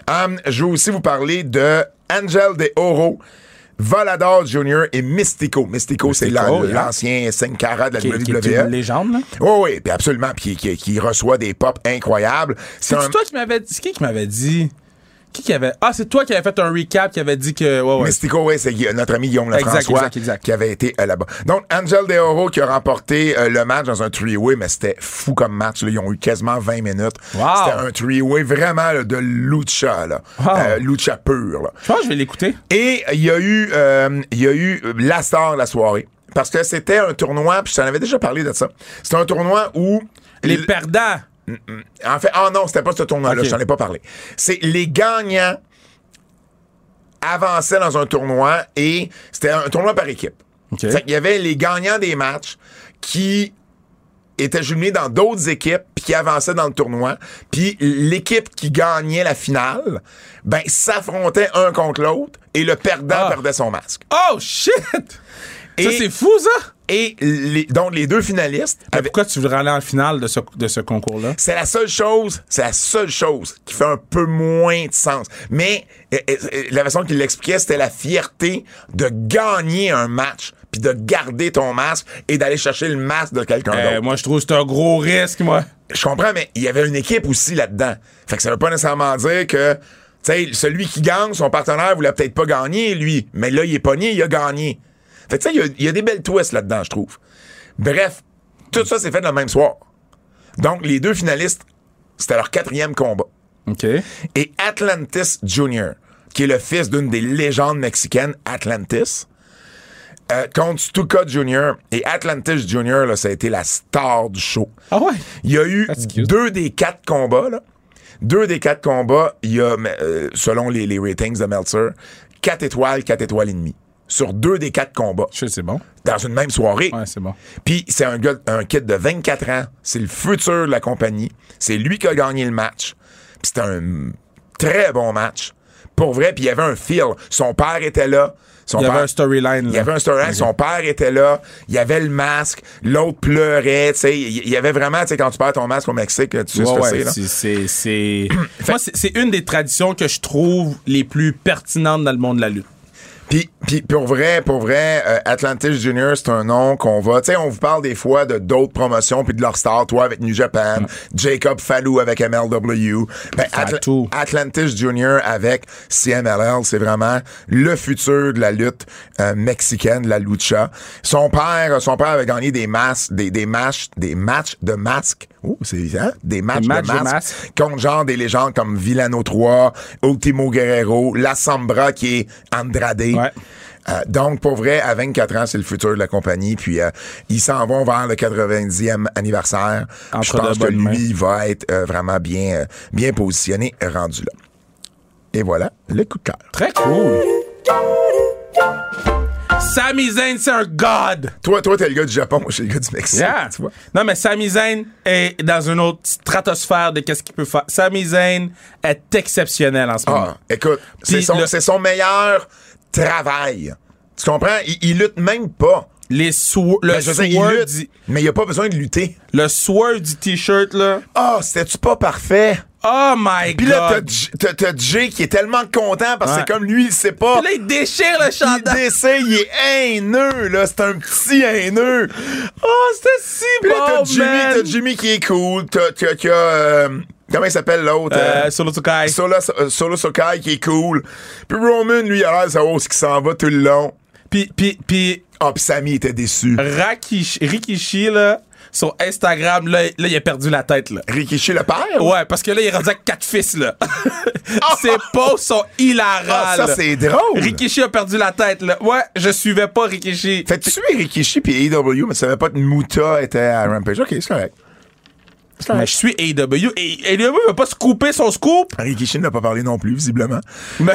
Speaker 2: Hum, je veux aussi vous parler de Angel de Oro, Volador Jr. et Mystico. Mystico, c'est l'an-
Speaker 3: yeah.
Speaker 2: l'ancien Sin Cara de la E.
Speaker 3: Qui, qui- qui est
Speaker 2: WWE.
Speaker 3: une légende, là.
Speaker 2: Oui, oui, puis absolument, puis qui, qui reçoit des pops incroyables. C'est
Speaker 3: C'est toi qui m'avais dit. C'est qui qui m'avait dit? Qui qui avait. Ah, c'est toi qui avais fait un recap qui avait dit que. Ouais, ouais.
Speaker 2: Mystico, oui, c'est Guilla- notre ami Guillaume
Speaker 3: Exact,
Speaker 2: Lefrançois
Speaker 3: exact, exact.
Speaker 2: qui avait été euh, là-bas. Donc, Angel De Oro qui a remporté euh, le match dans un three-way, mais c'était fou comme match. là. Ils ont eu quasiment 20 minutes.
Speaker 3: Wow.
Speaker 2: C'était un three-way vraiment là, de lucha, là.
Speaker 3: Wow.
Speaker 2: Euh, lucha pur. là.
Speaker 3: Je pense que je vais l'écouter.
Speaker 2: Et il y a eu, euh, il y a eu euh, la star de la soirée. Parce que c'était un tournoi, puis je t'en avais déjà parlé de ça. C'était un tournoi où...
Speaker 3: Les
Speaker 2: l-
Speaker 3: perdants.
Speaker 2: en fait, ah non, c'était pas ce tournoi-là,
Speaker 3: Ok.
Speaker 2: je t'en ai pas parlé. C'est les gagnants avançaient dans un tournoi et c'était un tournoi par équipe.
Speaker 3: OK.
Speaker 2: Fait qu'il y avait les gagnants des matchs qui étaient jumelés dans d'autres équipes puis qui avançaient dans le tournoi. Puis l'équipe qui gagnait la finale, ben, s'affrontait un contre l'autre et le perdant
Speaker 3: Ah.
Speaker 2: perdait son masque.
Speaker 3: Oh shit! Ça,
Speaker 2: Et-
Speaker 3: c'est fou, ça!
Speaker 2: Et les- donc, les deux finalistes
Speaker 3: Mais
Speaker 2: avaient-
Speaker 3: Pourquoi tu voudrais aller en finale de ce, de ce concours-là?
Speaker 2: C'est la seule chose, c'est la seule chose qui fait un peu moins de sens. Mais euh, euh, euh, la façon qu'il l'expliquait, c'était la fierté de gagner un match, puis de garder ton masque et d'aller chercher le masque de quelqu'un
Speaker 3: Euh,
Speaker 2: d'autre.
Speaker 3: moi, je trouve que c'est un gros risque, moi.
Speaker 2: Je comprends, mais il y avait une équipe aussi là-dedans. Fait que ça veut pas nécessairement dire que tu sais, celui qui gagne, son partenaire voulait peut-être pas gagner, lui. Mais là, il est pogné, il a gagné. Fait que tu sais, il y a- il y, a des belles twists là-dedans, je trouve. Bref, tout ça s'est fait le même soir. Donc, les deux finalistes, c'était leur quatrième combat.
Speaker 3: OK.
Speaker 2: Et Atlantis Jr., qui est le fils d'une des légendes mexicaines, Atlantis, euh, contre Stuka Jr. Et Atlantis Jr., là, ça a été la star du show.
Speaker 3: Ah ouais?
Speaker 2: Il y a eu
Speaker 3: That's cute.
Speaker 2: deux des quatre combats. là. Deux des quatre combats, il y a, euh, selon les, les ratings de Meltzer, quatre étoiles, quatre étoiles et demie. Sur deux des quatre combats.
Speaker 3: Je sais, c'est bon.
Speaker 2: Dans une même soirée.
Speaker 3: Ouais, c'est bon.
Speaker 2: Puis c'est un gars, un kid de 24 ans. C'est le futur de la compagnie. C'est lui qui a gagné le match. Puis c'était un très bon match. Pour vrai, puis il y avait un feel. Son père était là. Son
Speaker 3: Il y
Speaker 2: père-
Speaker 3: avait un storyline.
Speaker 2: il y
Speaker 3: là.
Speaker 2: avait un storyline, son père était là, il y avait le masque, l'autre pleurait, tu sais, il y- il y avait vraiment, tu sais, quand tu perds ton masque au Mexique, tu sais
Speaker 3: Ouais,
Speaker 2: ce que
Speaker 3: ouais,
Speaker 2: c'est, là.
Speaker 3: c'est- c'est- c'est- Moi, c'est c'est une des traditions que je trouve les plus pertinentes dans le monde de la lutte.
Speaker 2: Puis, puis pour vrai, pour vrai, euh, Atlantis Junior, c'est un nom qu'on va. Tu sais, on vous parle des fois de d'autres promotions puis de leur star, toi avec New Japan, Jacob Fallou avec MLW, ben, Atla-
Speaker 3: Fatou.
Speaker 2: Atlantis Junior avec CMLL, c'est vraiment le futur de la lutte euh, mexicaine, de la lucha. Son père, son père avait gagné des masques, des des matchs, des matchs de masques. Ouh, c'est hein? des matchs
Speaker 3: matchs
Speaker 2: de
Speaker 3: de
Speaker 2: masques
Speaker 3: masques.
Speaker 2: contre genre des légendes comme Villano 3, Ultimo Guerrero, La Sambra qui est Andrade.
Speaker 3: Ouais.
Speaker 2: Euh, donc, pour vrai, à 24 ans, c'est le futur de la compagnie. Puis, euh, ils s'en vont vers le 90e anniversaire.
Speaker 3: Entre
Speaker 2: Je
Speaker 3: de
Speaker 2: pense que
Speaker 3: bonnes mains.
Speaker 2: lui va être euh, vraiment bien, euh, bien positionné, rendu là. Et voilà, le coup de cœur.
Speaker 3: Très cool. Sami Zayn, c'est un god.
Speaker 2: Toi, toi, t'es le gars du Japon, moi, je suis le gars du Mexique.
Speaker 3: Yeah.
Speaker 2: Tu vois?
Speaker 3: Non, mais Sami Zayn est dans une autre stratosphère de qu'est-ce qu'il peut faire. Sami Zayn est exceptionnel en ce moment.
Speaker 2: Ah, écoute, c'est son,
Speaker 3: Mm. le-
Speaker 2: c'est son meilleur travail. Tu comprends? Il, il lutte même pas.
Speaker 3: Les swo-
Speaker 2: Ben,
Speaker 3: le,
Speaker 2: je veux dire, il
Speaker 3: sword,
Speaker 2: lutte, mais il a pas besoin de lutter.
Speaker 3: le sword du t-shirt, là.
Speaker 2: Ah, c'était-tu pas parfait?
Speaker 3: Oh my
Speaker 2: Puis
Speaker 3: god.
Speaker 2: là, t'as J- t'as t'as Jay qui est tellement content parce que
Speaker 3: Ouais.
Speaker 2: c'est comme lui, il sait pas.
Speaker 3: Puis là, il déchire le
Speaker 2: Il
Speaker 3: chandail.
Speaker 2: décède, il est haineux, là. C'est un petit haineux. Ah,
Speaker 3: Oh, c'était si
Speaker 2: Puis là, t'as
Speaker 3: bon,
Speaker 2: Jimmy,
Speaker 3: Oh, man.
Speaker 2: t'as Jimmy qui est cool. T'as, t'as, t'as, euh, comment il s'appelle l'autre?
Speaker 3: Euh,
Speaker 2: Euh,
Speaker 3: Solo Tokai.
Speaker 2: Sola- euh, Solo Sokai qui est cool. Puis Roman, lui, il a l'air de savoir où ce qui s'en va tout le long.
Speaker 3: Puis, puis, puis
Speaker 2: Ah, puis Sammy était déçu.
Speaker 3: Rakish- Rikishi, là, sur Instagram, là, là, il a perdu la tête, là.
Speaker 2: Rikishi le père?
Speaker 3: Ouais, parce que là, il est rendu avec quatre fils, là. Ses posts sont hilarants.
Speaker 2: Ah, ça,
Speaker 3: là.
Speaker 2: c'est drôle.
Speaker 3: Rikishi a perdu la tête, là. Ouais, je suivais pas Rikishi.
Speaker 2: Fait que tu es Rikishi puis AEW, mais tu savais pas que Muta était à Rampage. Ok, c'est correct.
Speaker 3: Mais je suis AEW. Et AEW veut pas se couper son scoop.
Speaker 2: Rikishi n'a pas parlé non plus, visiblement.
Speaker 3: Mais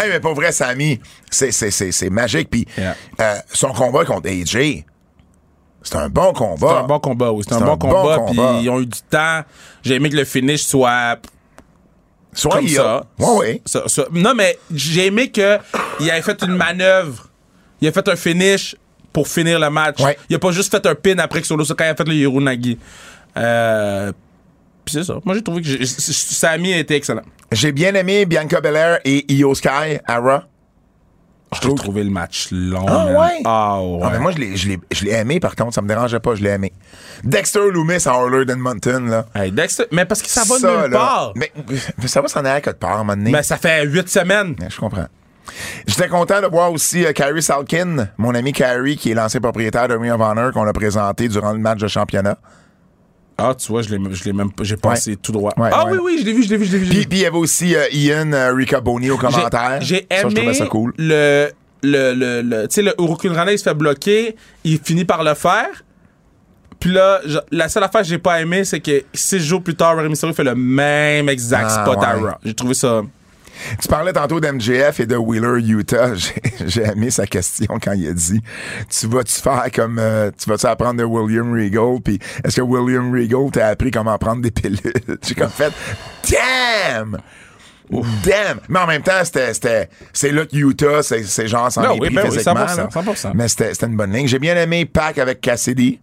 Speaker 2: Hey, mais pour vrai, Sammy, c'est, c'est, c'est, c'est magique. Puis
Speaker 3: Yeah.
Speaker 2: euh, son combat contre AJ, c'est un bon combat.
Speaker 3: c'est un bon combat, oui. C'est un,
Speaker 2: C'est
Speaker 3: bon
Speaker 2: un bon
Speaker 3: combat.
Speaker 2: combat.
Speaker 3: Puis ils ont eu du temps. J'ai aimé que le finish soit
Speaker 2: Soit
Speaker 3: comme
Speaker 2: il
Speaker 3: ça.
Speaker 2: a- Ouais, ouais.
Speaker 3: Ça- ça- Non, mais j'ai aimé que il avait fait une manœuvre. Il a fait un finish pour finir le match.
Speaker 2: Ouais.
Speaker 3: Il a pas juste fait un pin après que Solo Sakai a fait le Hirunagi. Euh, Puis c'est ça. Moi, j'ai trouvé que j'ai- j- j- Sami a été excellent.
Speaker 2: J'ai bien aimé Bianca Belair et Io Sky, Ara.
Speaker 3: J'ai trouvé le match long.
Speaker 2: Ah,
Speaker 3: man.
Speaker 2: ouais?
Speaker 3: Ah ouais.
Speaker 2: Ah, mais moi, je l'ai, je, l'ai, je l'ai aimé, par contre. Ça me dérangeait pas, je l'ai aimé. Dexter Loomis à Harley Mountain, là.
Speaker 3: Hey, Dexter- mais parce que ça va nulle
Speaker 2: là,
Speaker 3: part. Mais...
Speaker 2: Mais, mais ça va s'en aller à quelque part, à un moment donné.
Speaker 3: ça fait huit semaines.
Speaker 2: Ouais, Je comprends. J'étais content de voir aussi euh, Carrie Salkin, mon ami Carrie, qui est l'ancien propriétaire de Ring of Honor, qu'on a présenté durant le match de championnat.
Speaker 3: Ah, tu vois, je l'ai je l'ai même pas. J'ai passé tout droit.
Speaker 2: Ouais,
Speaker 3: ah
Speaker 2: ouais.
Speaker 3: oui, oui, je l'ai vu, je l'ai vu, je l'ai vu. je l'ai
Speaker 2: Puis puis il y avait aussi euh, Ian euh, Rica Boney au
Speaker 3: J'ai-
Speaker 2: commentaire.
Speaker 3: J'ai
Speaker 2: Ça,
Speaker 3: aimé
Speaker 2: je trouvais ça cool.
Speaker 3: le le le, le tu sais le Urukun Rana il se fait bloquer, il finit par le faire. Puis là, je- la seule affaire que j'ai pas aimé, c'est que six jours plus tard, Remy Mysterio fait le même exact
Speaker 2: Ah,
Speaker 3: spot à
Speaker 2: ouais.
Speaker 3: Raw. J'ai trouvé ça.
Speaker 2: Tu parlais tantôt d'MJF et de Wheeler Utah. J'ai j'ai aimé sa question quand il a dit Tu vas-tu faire comme. euh, tu vas-tu apprendre de William Regal Puis est-ce que William Regal t'a appris comment prendre des pilules J'ai comme fait Damn Damn! Mais en même temps, c'était, c'était, c'est là que Utah, c'est, c'est genre sans
Speaker 3: Non,
Speaker 2: mépris
Speaker 3: oui, ben oui,
Speaker 2: physiquement,
Speaker 3: 100%,
Speaker 2: là.
Speaker 3: 100%.
Speaker 2: Mais c'était, c'était une bonne ligne. J'ai bien aimé Pac avec Cassidy.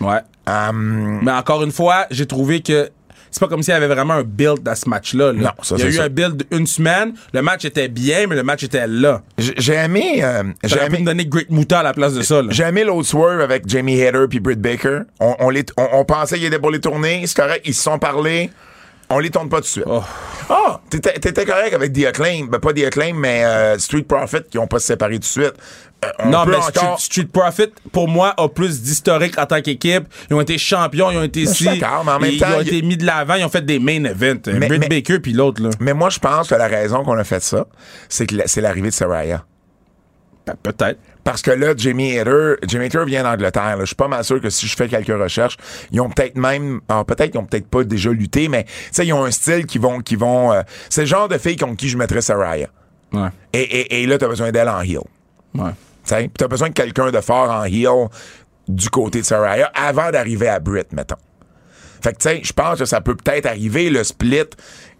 Speaker 3: Ouais.
Speaker 2: Hum,
Speaker 3: Um, Mais encore une fois, j'ai trouvé que c'est pas comme s'il y avait vraiment un build à ce match-là. là.
Speaker 2: Non, ça,
Speaker 3: Il y a
Speaker 2: c'est
Speaker 3: eu
Speaker 2: ça.
Speaker 3: un build une semaine. Le match était bien, mais le match était là.
Speaker 2: j'ai, j'ai aimé. euh, j'ai
Speaker 3: J'aurais pu
Speaker 2: aimé.
Speaker 3: me donner Great Muta à la place de ça. là.
Speaker 2: J'ai aimé l'autre swerve avec Jamie Hader puis Britt Baker. On, on, les, on, on pensait qu'ils étaient pour les tourner. C'est correct, ils se sont parlé. On les tourne pas tout de suite.
Speaker 3: Oh.
Speaker 2: Ah, t'étais t'étais correct avec The Acclaim. Ben, pas The Acclaim, mais euh, Street Profit qui ont pas se séparé tout de suite. Euh, on
Speaker 3: Non,
Speaker 2: peut
Speaker 3: mais
Speaker 2: encore...
Speaker 3: Street, Street Profit, pour moi, a plus d'historique en tant qu'équipe. Ils ont été champions, ils ont été
Speaker 2: suis
Speaker 3: si.
Speaker 2: d'accord, mais en même
Speaker 3: ils,
Speaker 2: temps,
Speaker 3: ont
Speaker 2: il-
Speaker 3: été mis de l'avant, ils ont fait des main events. euh,
Speaker 2: Mais-
Speaker 3: Britt
Speaker 2: mais-
Speaker 3: Baker puis l'autre, là.
Speaker 2: Mais moi, je pense que la raison qu'on a fait ça, c'est que la- c'est l'arrivée de Saraya.
Speaker 3: Ben, Peut-être.
Speaker 2: Parce que là, Jimmy Hater, Jimmy Hater vient d'Angleterre. là. Je suis pas mal sûr que si je fais quelques recherches, ils ont peut-être même, alors peut-être qu'ils ont peut-être pas déjà lutté, mais tu sais, ils ont un style qui vont, qui vont. euh, c'est le genre de filles contre qui je mettrais Saraya.
Speaker 3: Ouais.
Speaker 2: Et, et, et là, t'as besoin d'elle en heel. Tu
Speaker 3: Ouais.
Speaker 2: sais, Puis t'as besoin de quelqu'un de fort en heel du côté de Saraya avant d'arriver à Britt, mettons. Fait que, tu sais, je pense que ça peut peut-être arriver, le split,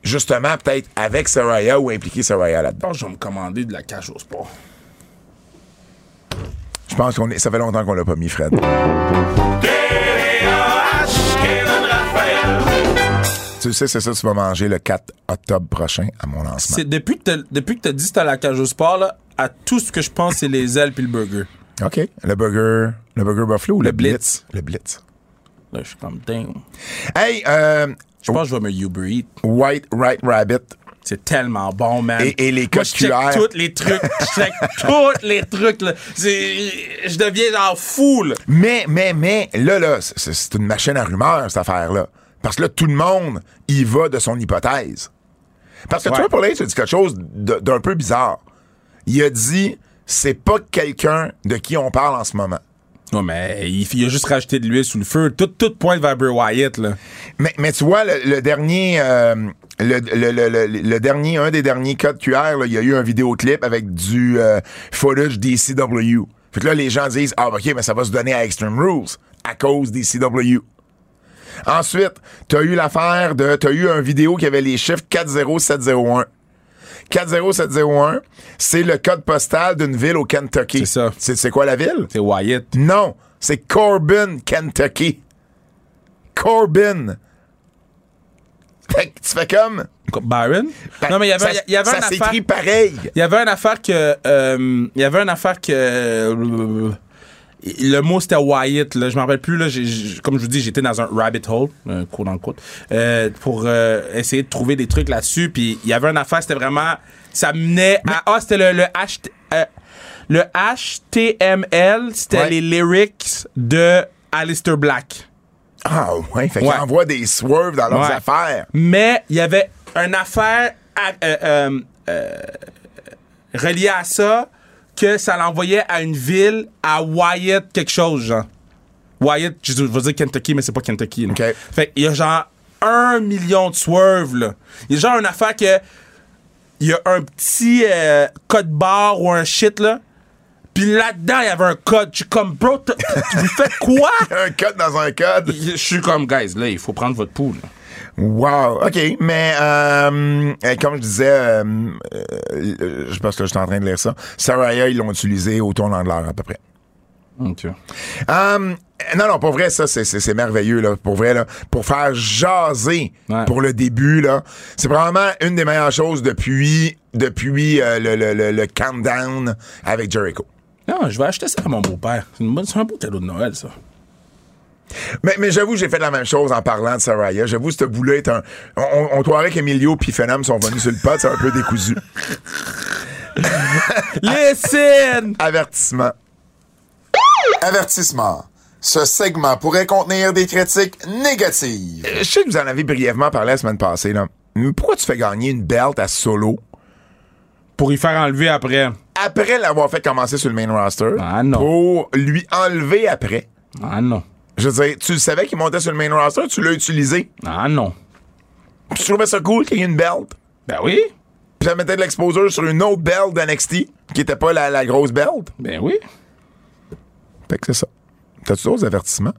Speaker 2: justement, peut-être avec Saraya ou impliquer Saraya
Speaker 3: Je
Speaker 2: là-dedans.
Speaker 3: pense que je vais me commander de la cage au sport.
Speaker 2: Je pense qu'on est, ça fait longtemps qu'on l'a pas mis, Fred. Tu sais, c'est ça, tu vas manger le 4 octobre prochain à mon lancement.
Speaker 3: C'est depuis que t'as- depuis que t'as dit que c'était la cage au sport, là, à tout ce que je pense, c'est les ailes puis le burger.
Speaker 2: OK. Le burger, le burger buffalo ou le,
Speaker 3: Blitz.
Speaker 2: Le blitz.
Speaker 3: Là, je suis comme dingue.
Speaker 2: Hey, euh,
Speaker 3: Je pense que je vais me Uber Eat.
Speaker 2: White Right Rabbit.
Speaker 3: C'est tellement bon, man.
Speaker 2: Et- et les
Speaker 3: Moi, je check
Speaker 2: codes QR.
Speaker 3: tous les trucs. Je check tous les trucs, là. C'est- Je deviens genre fou, là.
Speaker 2: Mais, mais, mais, là, là, c'est- c'est une machine à rumeurs, cette affaire-là. Parce que là, tout le monde y va de son hypothèse. Parce que
Speaker 3: Ouais.
Speaker 2: tu vois, pour lui, tu as dit quelque chose de- d'un peu bizarre. Il a dit, c'est pas quelqu'un de qui on parle en ce moment.
Speaker 3: Non, mais il, il a juste rajouté de l'huile sous le feu. Tout, tout pointe vers Bray Wyatt, là.
Speaker 2: Mais, mais tu vois, le, le dernier, euh, le, le- le- le- le dernier, un des derniers codes QR, là, il y a eu un vidéoclip avec du euh, footage DCW. Fait que là, les gens disent, ah, ok, mais ça va se donner à Extreme Rules à cause des CW. Ensuite, t'as eu l'affaire de, t'as eu un vidéo qui avait les chiffres 40701. 40701, c'est le code postal d'une ville au Kentucky.
Speaker 3: C'est ça.
Speaker 2: C'est c'est quoi la ville?
Speaker 3: C'est Wyatt.
Speaker 2: Non, c'est Corbin, Kentucky. Corbin. Fait que tu fais comme.
Speaker 3: Byron? non, mais il y avait,
Speaker 2: Ben, ça,
Speaker 3: il y avait
Speaker 2: ça
Speaker 3: une affaire.
Speaker 2: s'écrit pareil.
Speaker 3: Il y avait une affaire que. euh, il y avait une affaire que. Le mot c'était Wyatt, là. Je m'en rappelle plus, là. J'ai- j'ai- comme je vous dis, j'étais dans un rabbit hole, euh, quote unquote, euh, pour euh, essayer de trouver des trucs là-dessus. Puis il y avait une affaire, c'était vraiment. Ça menait à. Ah, c'était le, le HT euh, le HTML, c'était
Speaker 2: Ouais.
Speaker 3: les lyrics de Alistair Black.
Speaker 2: Ah, ouais. Fait qu'ils
Speaker 3: Ouais.
Speaker 2: envoient des swerves dans leurs
Speaker 3: Ouais.
Speaker 2: affaires.
Speaker 3: Mais il y avait une affaire à- euh, euh, euh, reliée à ça que ça l'envoyait à une ville, à Wyatt quelque chose, genre. Wyatt, je vais dire Kentucky, mais c'est pas Kentucky. là.
Speaker 2: OK.
Speaker 3: Fait qu'il y a genre un million de swerves, là. Il y a genre une affaire que... Il y a un petit euh, code barre ou un shit, là. Puis là-dedans, il y avait un code. Je suis comme, bro, t- t- vous faites quoi?
Speaker 2: Un code dans un code.
Speaker 3: Je suis comme, guys, là, il faut prendre votre poule.
Speaker 2: Wow. OK. Mais, euh, euh, comme je disais, euh, euh, je pense que je suis en train de lire ça. Saraya, ils l'ont utilisé au tournant de l'heure à peu près. Hum, non, non, pour vrai, ça, c'est- c'est c'est merveilleux, là. Pour vrai, là. Pour faire jaser
Speaker 3: Ouais.
Speaker 2: pour le début, là. C'est probablement une des meilleures choses depuis, depuis euh, le, le, le, le countdown avec Jericho.
Speaker 3: Non, je vais acheter ça à mon beau-père. C'est une bonne- C'est un beau cadeau de Noël, ça.
Speaker 2: Mais, mais j'avoue, j'ai fait la même chose en parlant de Saraya. J'avoue, ce bout-là est un. On, on, on croirait qu'Emilio puis Phenom sont venus sur le pot, c'est un peu décousu.
Speaker 3: Listen!
Speaker 2: Avertissement. Avertissement. Ce segment pourrait contenir des critiques négatives. Euh, Je sais que vous en avez brièvement parlé la semaine passée, là. Mais pourquoi tu fais gagner une belt à solo
Speaker 3: Pour y faire enlever après.
Speaker 2: après l'avoir fait commencer sur le main roster
Speaker 3: Ah, non.
Speaker 2: pour lui enlever après?
Speaker 3: Ah non.
Speaker 2: Je veux dire, tu le savais qu'il montait sur le main roster, tu l'as utilisé.
Speaker 3: Ah non.
Speaker 2: Puis tu trouvais ça cool qu'il y ait une belt.
Speaker 3: Ben oui.
Speaker 2: Puis ça mettait de l'exposure sur une autre belt d'NXT qui était pas la, la grosse belt.
Speaker 3: Ben oui.
Speaker 2: Fait que c'est ça. T'as-tu d'autres avertissements?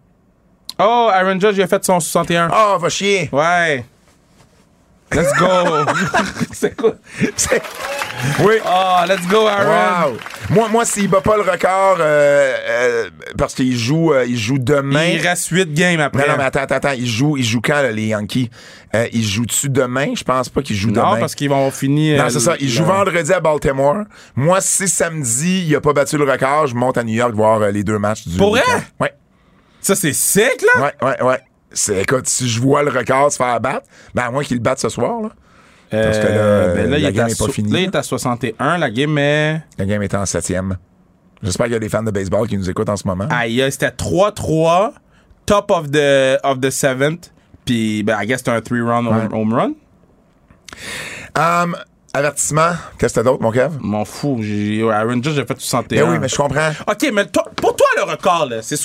Speaker 3: Oh, Aaron Judge, il a fait son 61.
Speaker 2: Ah, va chier!
Speaker 3: Ouais. Let's go. C'est quoi?
Speaker 2: C'est- oui.
Speaker 3: Oh, let's go, Aaron.
Speaker 2: Wow. Moi, moi s'il bat pas le record, euh, euh, parce qu'il joue, euh, il joue demain.
Speaker 3: Il reste 8 games
Speaker 2: Non,
Speaker 3: après.
Speaker 2: non, mais attends, attends, attends. Ils jouent, ils jouent quand, là, les Yankees? Euh, ils jouent-tu demain? Je pense pas qu'ils jouent
Speaker 3: Non,
Speaker 2: demain.
Speaker 3: parce qu'ils vont finir.
Speaker 2: Non, c'est ça. Il joue vendredi à Baltimore. Moi, si samedi, il a pas battu le record, je monte à New York voir euh, les deux matchs du.
Speaker 3: Pour vrai?
Speaker 2: week-end. Ouais.
Speaker 3: Ça, c'est sec, là?
Speaker 2: Ouais, ouais, ouais. C'est, écoute, si je vois le record se faire battre, ben, à moins qu'il le batte ce soir, là. Parce que là,
Speaker 3: Euh, ben
Speaker 2: la
Speaker 3: il
Speaker 2: game
Speaker 3: à
Speaker 2: est pas
Speaker 3: so-
Speaker 2: finie.
Speaker 3: Là, il est à 61. La game est.
Speaker 2: Le game est en septième. J'espère qu'il y a des fans de baseball qui nous écoutent en ce moment.
Speaker 3: Aïe, aïe, c'était 3-3, top of the, of the seventh. Puis, ben, I guess c'était un 3-round home, home run.
Speaker 2: Um, avertissement. Qu'est-ce que t'as d'autre, mon cave?
Speaker 3: M'en fous. J'ai- Aaron Judge, j'ai fait 61.
Speaker 2: Ben oui, mais je comprends.
Speaker 3: OK, mais toi- pour toi, le record, là, c'est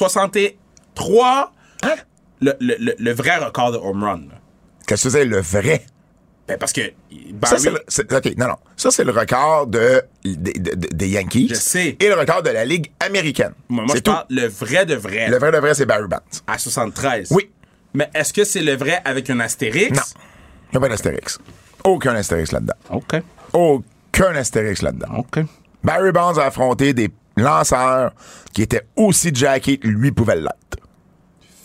Speaker 3: 63.
Speaker 2: Hein?
Speaker 3: Le, le- le- le vrai record de home run. là.
Speaker 2: Qu'est-ce que c'est le vrai?
Speaker 3: Ben, parce que
Speaker 2: Ça,
Speaker 3: Barry,
Speaker 2: c'est le, c'est- OK, non, non. Ça, c'est le record de, des- de- de- des Yankees.
Speaker 3: Je sais.
Speaker 2: Et le record de la Ligue américaine.
Speaker 3: moi, moi, je
Speaker 2: c'est tout.
Speaker 3: parle le vrai de vrai,
Speaker 2: Le vrai de vrai, c'est Barry Bonds.
Speaker 3: à 73.
Speaker 2: Oui.
Speaker 3: Mais est-ce que c'est le vrai avec un astérix?
Speaker 2: Non. Il n'y a pas d'astérix. Aucun astérix là-dedans.
Speaker 3: OK.
Speaker 2: Aucun astérix là-dedans.
Speaker 3: OK.
Speaker 2: Barry Bonds a affronté des lanceurs qui étaient aussi jackés que lui pouvait l'être.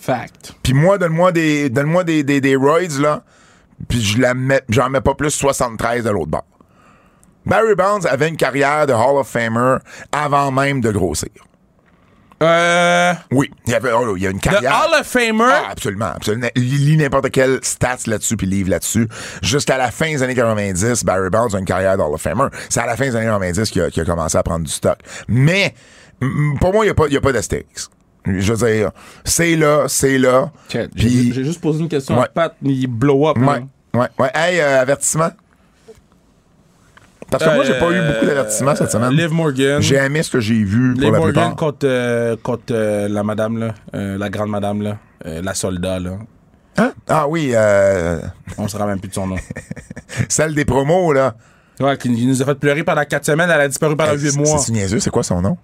Speaker 3: Fact.
Speaker 2: Puis moi, donne-moi des, donne-moi des, des, des Royds, là. Puis je la mets, j'en mets pas plus 73 de l'autre bord. Barry Bonds avait une carrière de Hall of Famer avant même de grossir.
Speaker 3: Euh.
Speaker 2: Oui, il y avait, oh, il y a une
Speaker 3: Le
Speaker 2: carrière.
Speaker 3: Hall of Famer.
Speaker 2: Ah, absolument, absolument. Lis lis n'importe quel stats là-dessus puis livre là-dessus. Jusqu'à la fin des années 90, Barry Bonds a une carrière d'Hall of Famer. C'est à la fin des années 90 qu'il a, qu'il a commencé à prendre du stock. Mais, mm, pour moi, il n'y a pas, il y a pas d'astérix. Je veux dire, c'est là, c'est là.
Speaker 3: J'ai-
Speaker 2: Puis-
Speaker 3: J'ai juste posé une question à
Speaker 2: Ouais.
Speaker 3: Pat, mais il blow up.
Speaker 2: Ouais,
Speaker 3: là.
Speaker 2: ouais, ouais. Hey, euh, avertissement. Parce que moi, j'ai pas eu beaucoup d'avertissements cette semaine.
Speaker 3: Liv Morgan.
Speaker 2: J'ai aimé ce que j'ai vu pour
Speaker 3: Liv
Speaker 2: la
Speaker 3: Morgan
Speaker 2: plupart.
Speaker 3: contre, euh, contre euh, la madame, là, euh, la grande madame, là, euh, la soldat. Là.
Speaker 2: Hein? Ah oui, euh,
Speaker 3: On se rappelle même plus de son nom.
Speaker 2: celle des promos, là.
Speaker 3: Ouais, qui qui nous a fait pleurer pendant 4 semaines, elle a disparu pendant 8
Speaker 2: C'est-
Speaker 3: mois.
Speaker 2: C'est niaiseux, c'est quoi son nom?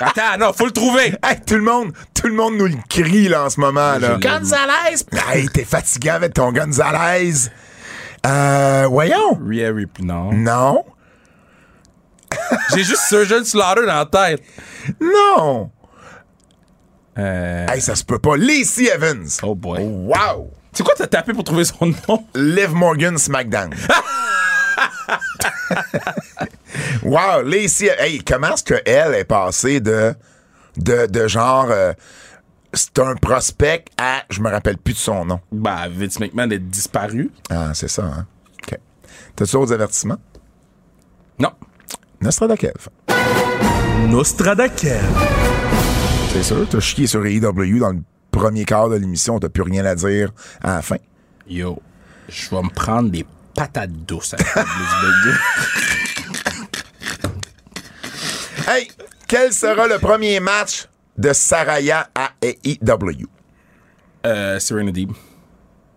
Speaker 3: Attends, non, faut le trouver.
Speaker 2: Hey, tout le monde, tout le monde nous le crie, là, en ce moment, là.
Speaker 3: Je l'ai vu.
Speaker 2: Hey, t'es fatiguant avec ton Gonzalez. Euh, voyons.
Speaker 3: Rhea Ripley, non.
Speaker 2: Non.
Speaker 3: J'ai juste Surgeon Slaughter dans la tête.
Speaker 2: Non.
Speaker 3: Euh,
Speaker 2: Hey, ça se peut pas. Lacey Evans.
Speaker 3: Oh boy.
Speaker 2: Wow.
Speaker 3: C'est quoi t'as tapé pour trouver son nom?
Speaker 2: Liv Morgan SmackDown. wow, Lacey, hey, comment est-ce qu'elle est passée de, de, de genre, euh, c'est un prospect à, je me rappelle plus de son nom.
Speaker 3: Bah, Vince McMahon est disparu.
Speaker 2: Ah, c'est ça, hein? OK. T'as-tu d'autres avertissements?
Speaker 3: Non.
Speaker 2: Nostradakev.
Speaker 3: Nostradakev.
Speaker 2: C'est sûr, t'as chié sur AEW dans le premier quart de l'émission, t'as plus rien à dire à la fin.
Speaker 3: Yo, je vais me prendre des patates douces avec la Bliss Burger.
Speaker 2: Hey, quel sera le premier match de Saraya à E AEW?
Speaker 3: Euh, Serenity.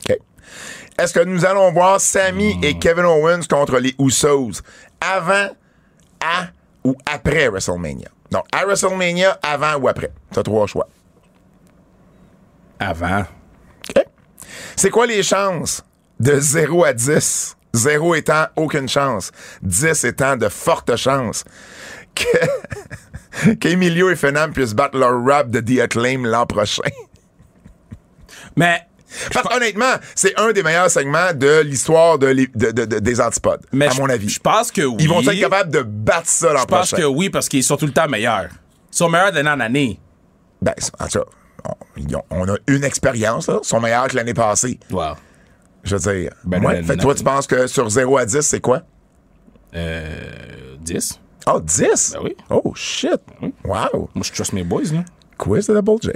Speaker 2: OK. Est-ce que nous allons voir Sammy
Speaker 3: Hmm.
Speaker 2: et Kevin Owens contre les Usos avant, à ou après WrestleMania? Donc, à WrestleMania, avant ou après. T'as trois choix.
Speaker 3: Avant.
Speaker 2: OK. C'est quoi les chances de 0 à 10? 0 étant aucune chance, 10 étant de fortes chances que qu'Emilio et Fenam puissent battre leur rap de The Acclaim l'an prochain.
Speaker 3: Mais,
Speaker 2: Parce qu'honnêtement, c'est un des meilleurs segments de l'histoire de l'é- de- de- de- des antipodes,
Speaker 3: mais
Speaker 2: à
Speaker 3: je-
Speaker 2: mon avis.
Speaker 3: Je pense que oui.
Speaker 2: Ils vont être capables de battre ça l'an
Speaker 3: Je pense
Speaker 2: prochain.
Speaker 3: que oui, parce qu'ils sont tout le temps meilleurs. Ils sont meilleurs d'année en année.
Speaker 2: Ben, en tout cas, on, ils ont- on a une expérience, là. Ils sont meilleurs que l'année passée.
Speaker 3: Wow.
Speaker 2: Je veux dire.
Speaker 3: Ben,
Speaker 2: Ouais.
Speaker 3: ben,
Speaker 2: fait que toi,
Speaker 3: ben.
Speaker 2: tu penses que sur 0 à 10, c'est quoi?
Speaker 3: Euh, 10.
Speaker 2: Oh, 10?
Speaker 3: Ben oui. Ben
Speaker 2: Oh, shit. Wow.
Speaker 3: Moi, je trust mes boys, là.
Speaker 2: Quiz de Double J.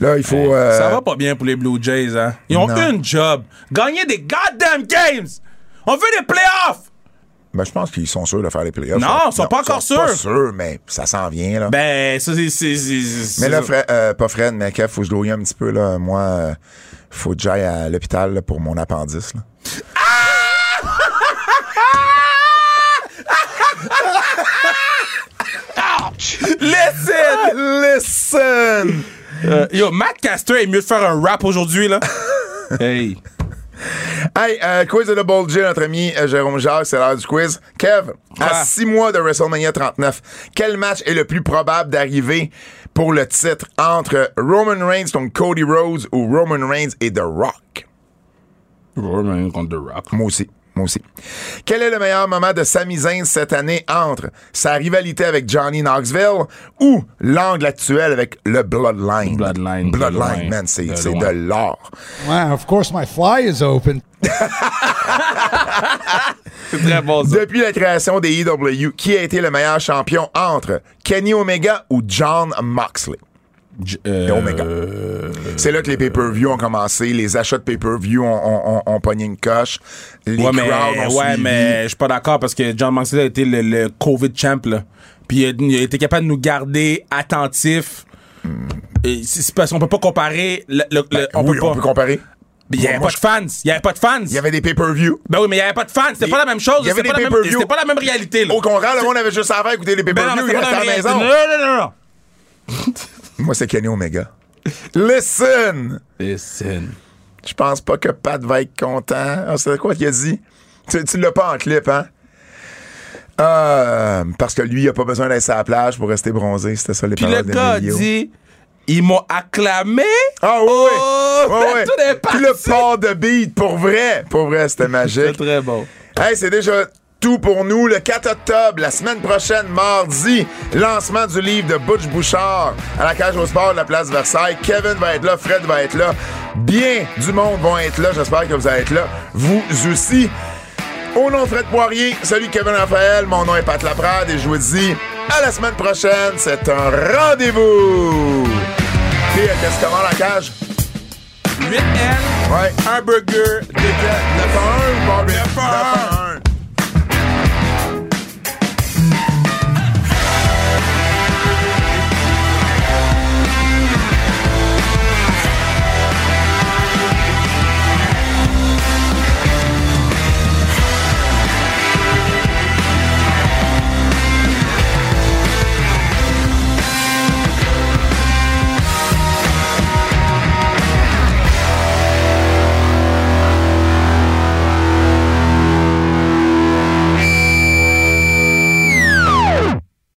Speaker 2: Là, il faut. euh,
Speaker 3: Ben, Ça va pas bien pour les Blue Jays, hein. Ils ont
Speaker 2: Non.
Speaker 3: une job. Gagner des goddamn games. On veut des playoffs.
Speaker 2: ben, je pense qu'ils sont sûrs de faire les playoffs.
Speaker 3: Non,
Speaker 2: là.
Speaker 3: ils sont pas encore
Speaker 2: Ils sont pas
Speaker 3: sûrs.
Speaker 2: sûrs, mais ça s'en vient, là.
Speaker 3: Ben, ça, c'est. c'est- c'est- c'est-
Speaker 2: mais là,
Speaker 3: c'est-
Speaker 2: Fred, euh, pas Fred, mais Kev, faut que je grouille un petit peu, là. Moi, euh, faut que j'aille à l'hôpital là, pour mon appendice, là.
Speaker 3: Listen!
Speaker 2: Ah! Listen!
Speaker 3: Euh, yo, Matt Caster est mieux de faire un rap aujourd'hui, là. hey.
Speaker 2: Hey, euh, quiz de Double J, notre ami euh, Jérôme Jacques, c'est l'heure du quiz. Kev, à
Speaker 3: Ouais.
Speaker 2: six mois de WrestleMania 39, quel match est le plus probable d'arriver pour le titre entre Roman Reigns contre Cody Rhodes ou Roman Reigns et The Rock?
Speaker 3: Roman contre The Rock.
Speaker 2: Moi aussi. Moi aussi. Quel est le meilleur moment de Sami Zayn cette année entre sa rivalité avec Johnny Knoxville ou l'angle actuel avec le Bloodline? Bloodline,
Speaker 3: Bloodline, Bloodline,
Speaker 2: man, c'est
Speaker 3: de
Speaker 2: c'est
Speaker 3: loin.
Speaker 2: de l'or.
Speaker 4: Wow, of course my fly is open.
Speaker 3: C'est très bon, ça.
Speaker 2: Depuis la création des EW, qui a été le meilleur champion entre Kenny Omega ou John Moxley?
Speaker 3: J- euh,
Speaker 2: Omega.
Speaker 3: euh,
Speaker 2: C'est là que les pay-per-view ont commencé, les achats de pay-per-view ont, ont, ont- ont pogné une coche, les
Speaker 3: ouais,
Speaker 2: crowds
Speaker 3: mais,
Speaker 2: ont
Speaker 3: ouais,
Speaker 2: suivi.
Speaker 3: mais je suis pas d'accord parce que John Moxley a été le, le COVID champ, là. Puis il a, il a été capable de nous garder attentifs. Et c'est c'est parce qu'on peut pas comparer. le- le- le- on
Speaker 2: Ben oui,
Speaker 3: peut pas.
Speaker 2: on peut comparer.
Speaker 3: il y avait
Speaker 2: Moi,
Speaker 3: pas de fans. Il y avait pas de fans.
Speaker 2: Il y avait des pay-per-view.
Speaker 3: Ben oui, mais il y avait pas de fans. C'était
Speaker 2: Il-
Speaker 3: pas la même chose.
Speaker 2: il y avait
Speaker 3: C'était
Speaker 2: des
Speaker 3: pas, la même-
Speaker 2: pay-per-view.
Speaker 3: c'était pas la même réalité, là.
Speaker 2: Au contraire, le monde avait juste à faire écouter les
Speaker 3: Ben non,
Speaker 2: pay-per-view,
Speaker 3: c'était
Speaker 2: il
Speaker 3: pas
Speaker 2: restait à
Speaker 3: la
Speaker 2: la
Speaker 3: même réalité.
Speaker 2: maison.
Speaker 3: Non, non, non, non.
Speaker 2: Moi, c'est Kenny Omega. Listen!
Speaker 3: Listen.
Speaker 2: Je pense pas que Pat va être content. Ah, c'est quoi qu'il a dit? Tu, tu l'as pas en clip, hein? Euh, parce que lui, il a pas besoin d'être à la plage pour rester bronzé. C'était ça les
Speaker 3: Puis le
Speaker 2: paroles
Speaker 3: gars a
Speaker 2: d'Emilio.
Speaker 3: dit ils m'ont acclamé.
Speaker 2: Ah oui, oui.
Speaker 3: Oh,
Speaker 2: Ouais, ouais.
Speaker 3: tout est
Speaker 2: Puis
Speaker 3: parti.
Speaker 2: le port de beat, pour vrai. Pour vrai, c'était magique.
Speaker 3: C'est très bon.
Speaker 2: Hey, c'est déjà tout pour nous. Le 4 octobre, la semaine prochaine, mardi, lancement du livre de Butch Bouchard à la cage au sport de la place Versailles. Kevin va être là, Fred va être là. Bien du monde vont être là. J'espère que vous allez être là. Vous aussi. Au nom de Fred Poirier, salut Kevin Raphaël, mon nom est Pat Laprade et je vous dis à la semaine prochaine, c'est un rendez-vous! Puis, euh, qu'est-ce que commande la cage?
Speaker 3: 8L,
Speaker 2: Ouais.
Speaker 3: un burger,
Speaker 2: Le pain, le pain, le pain.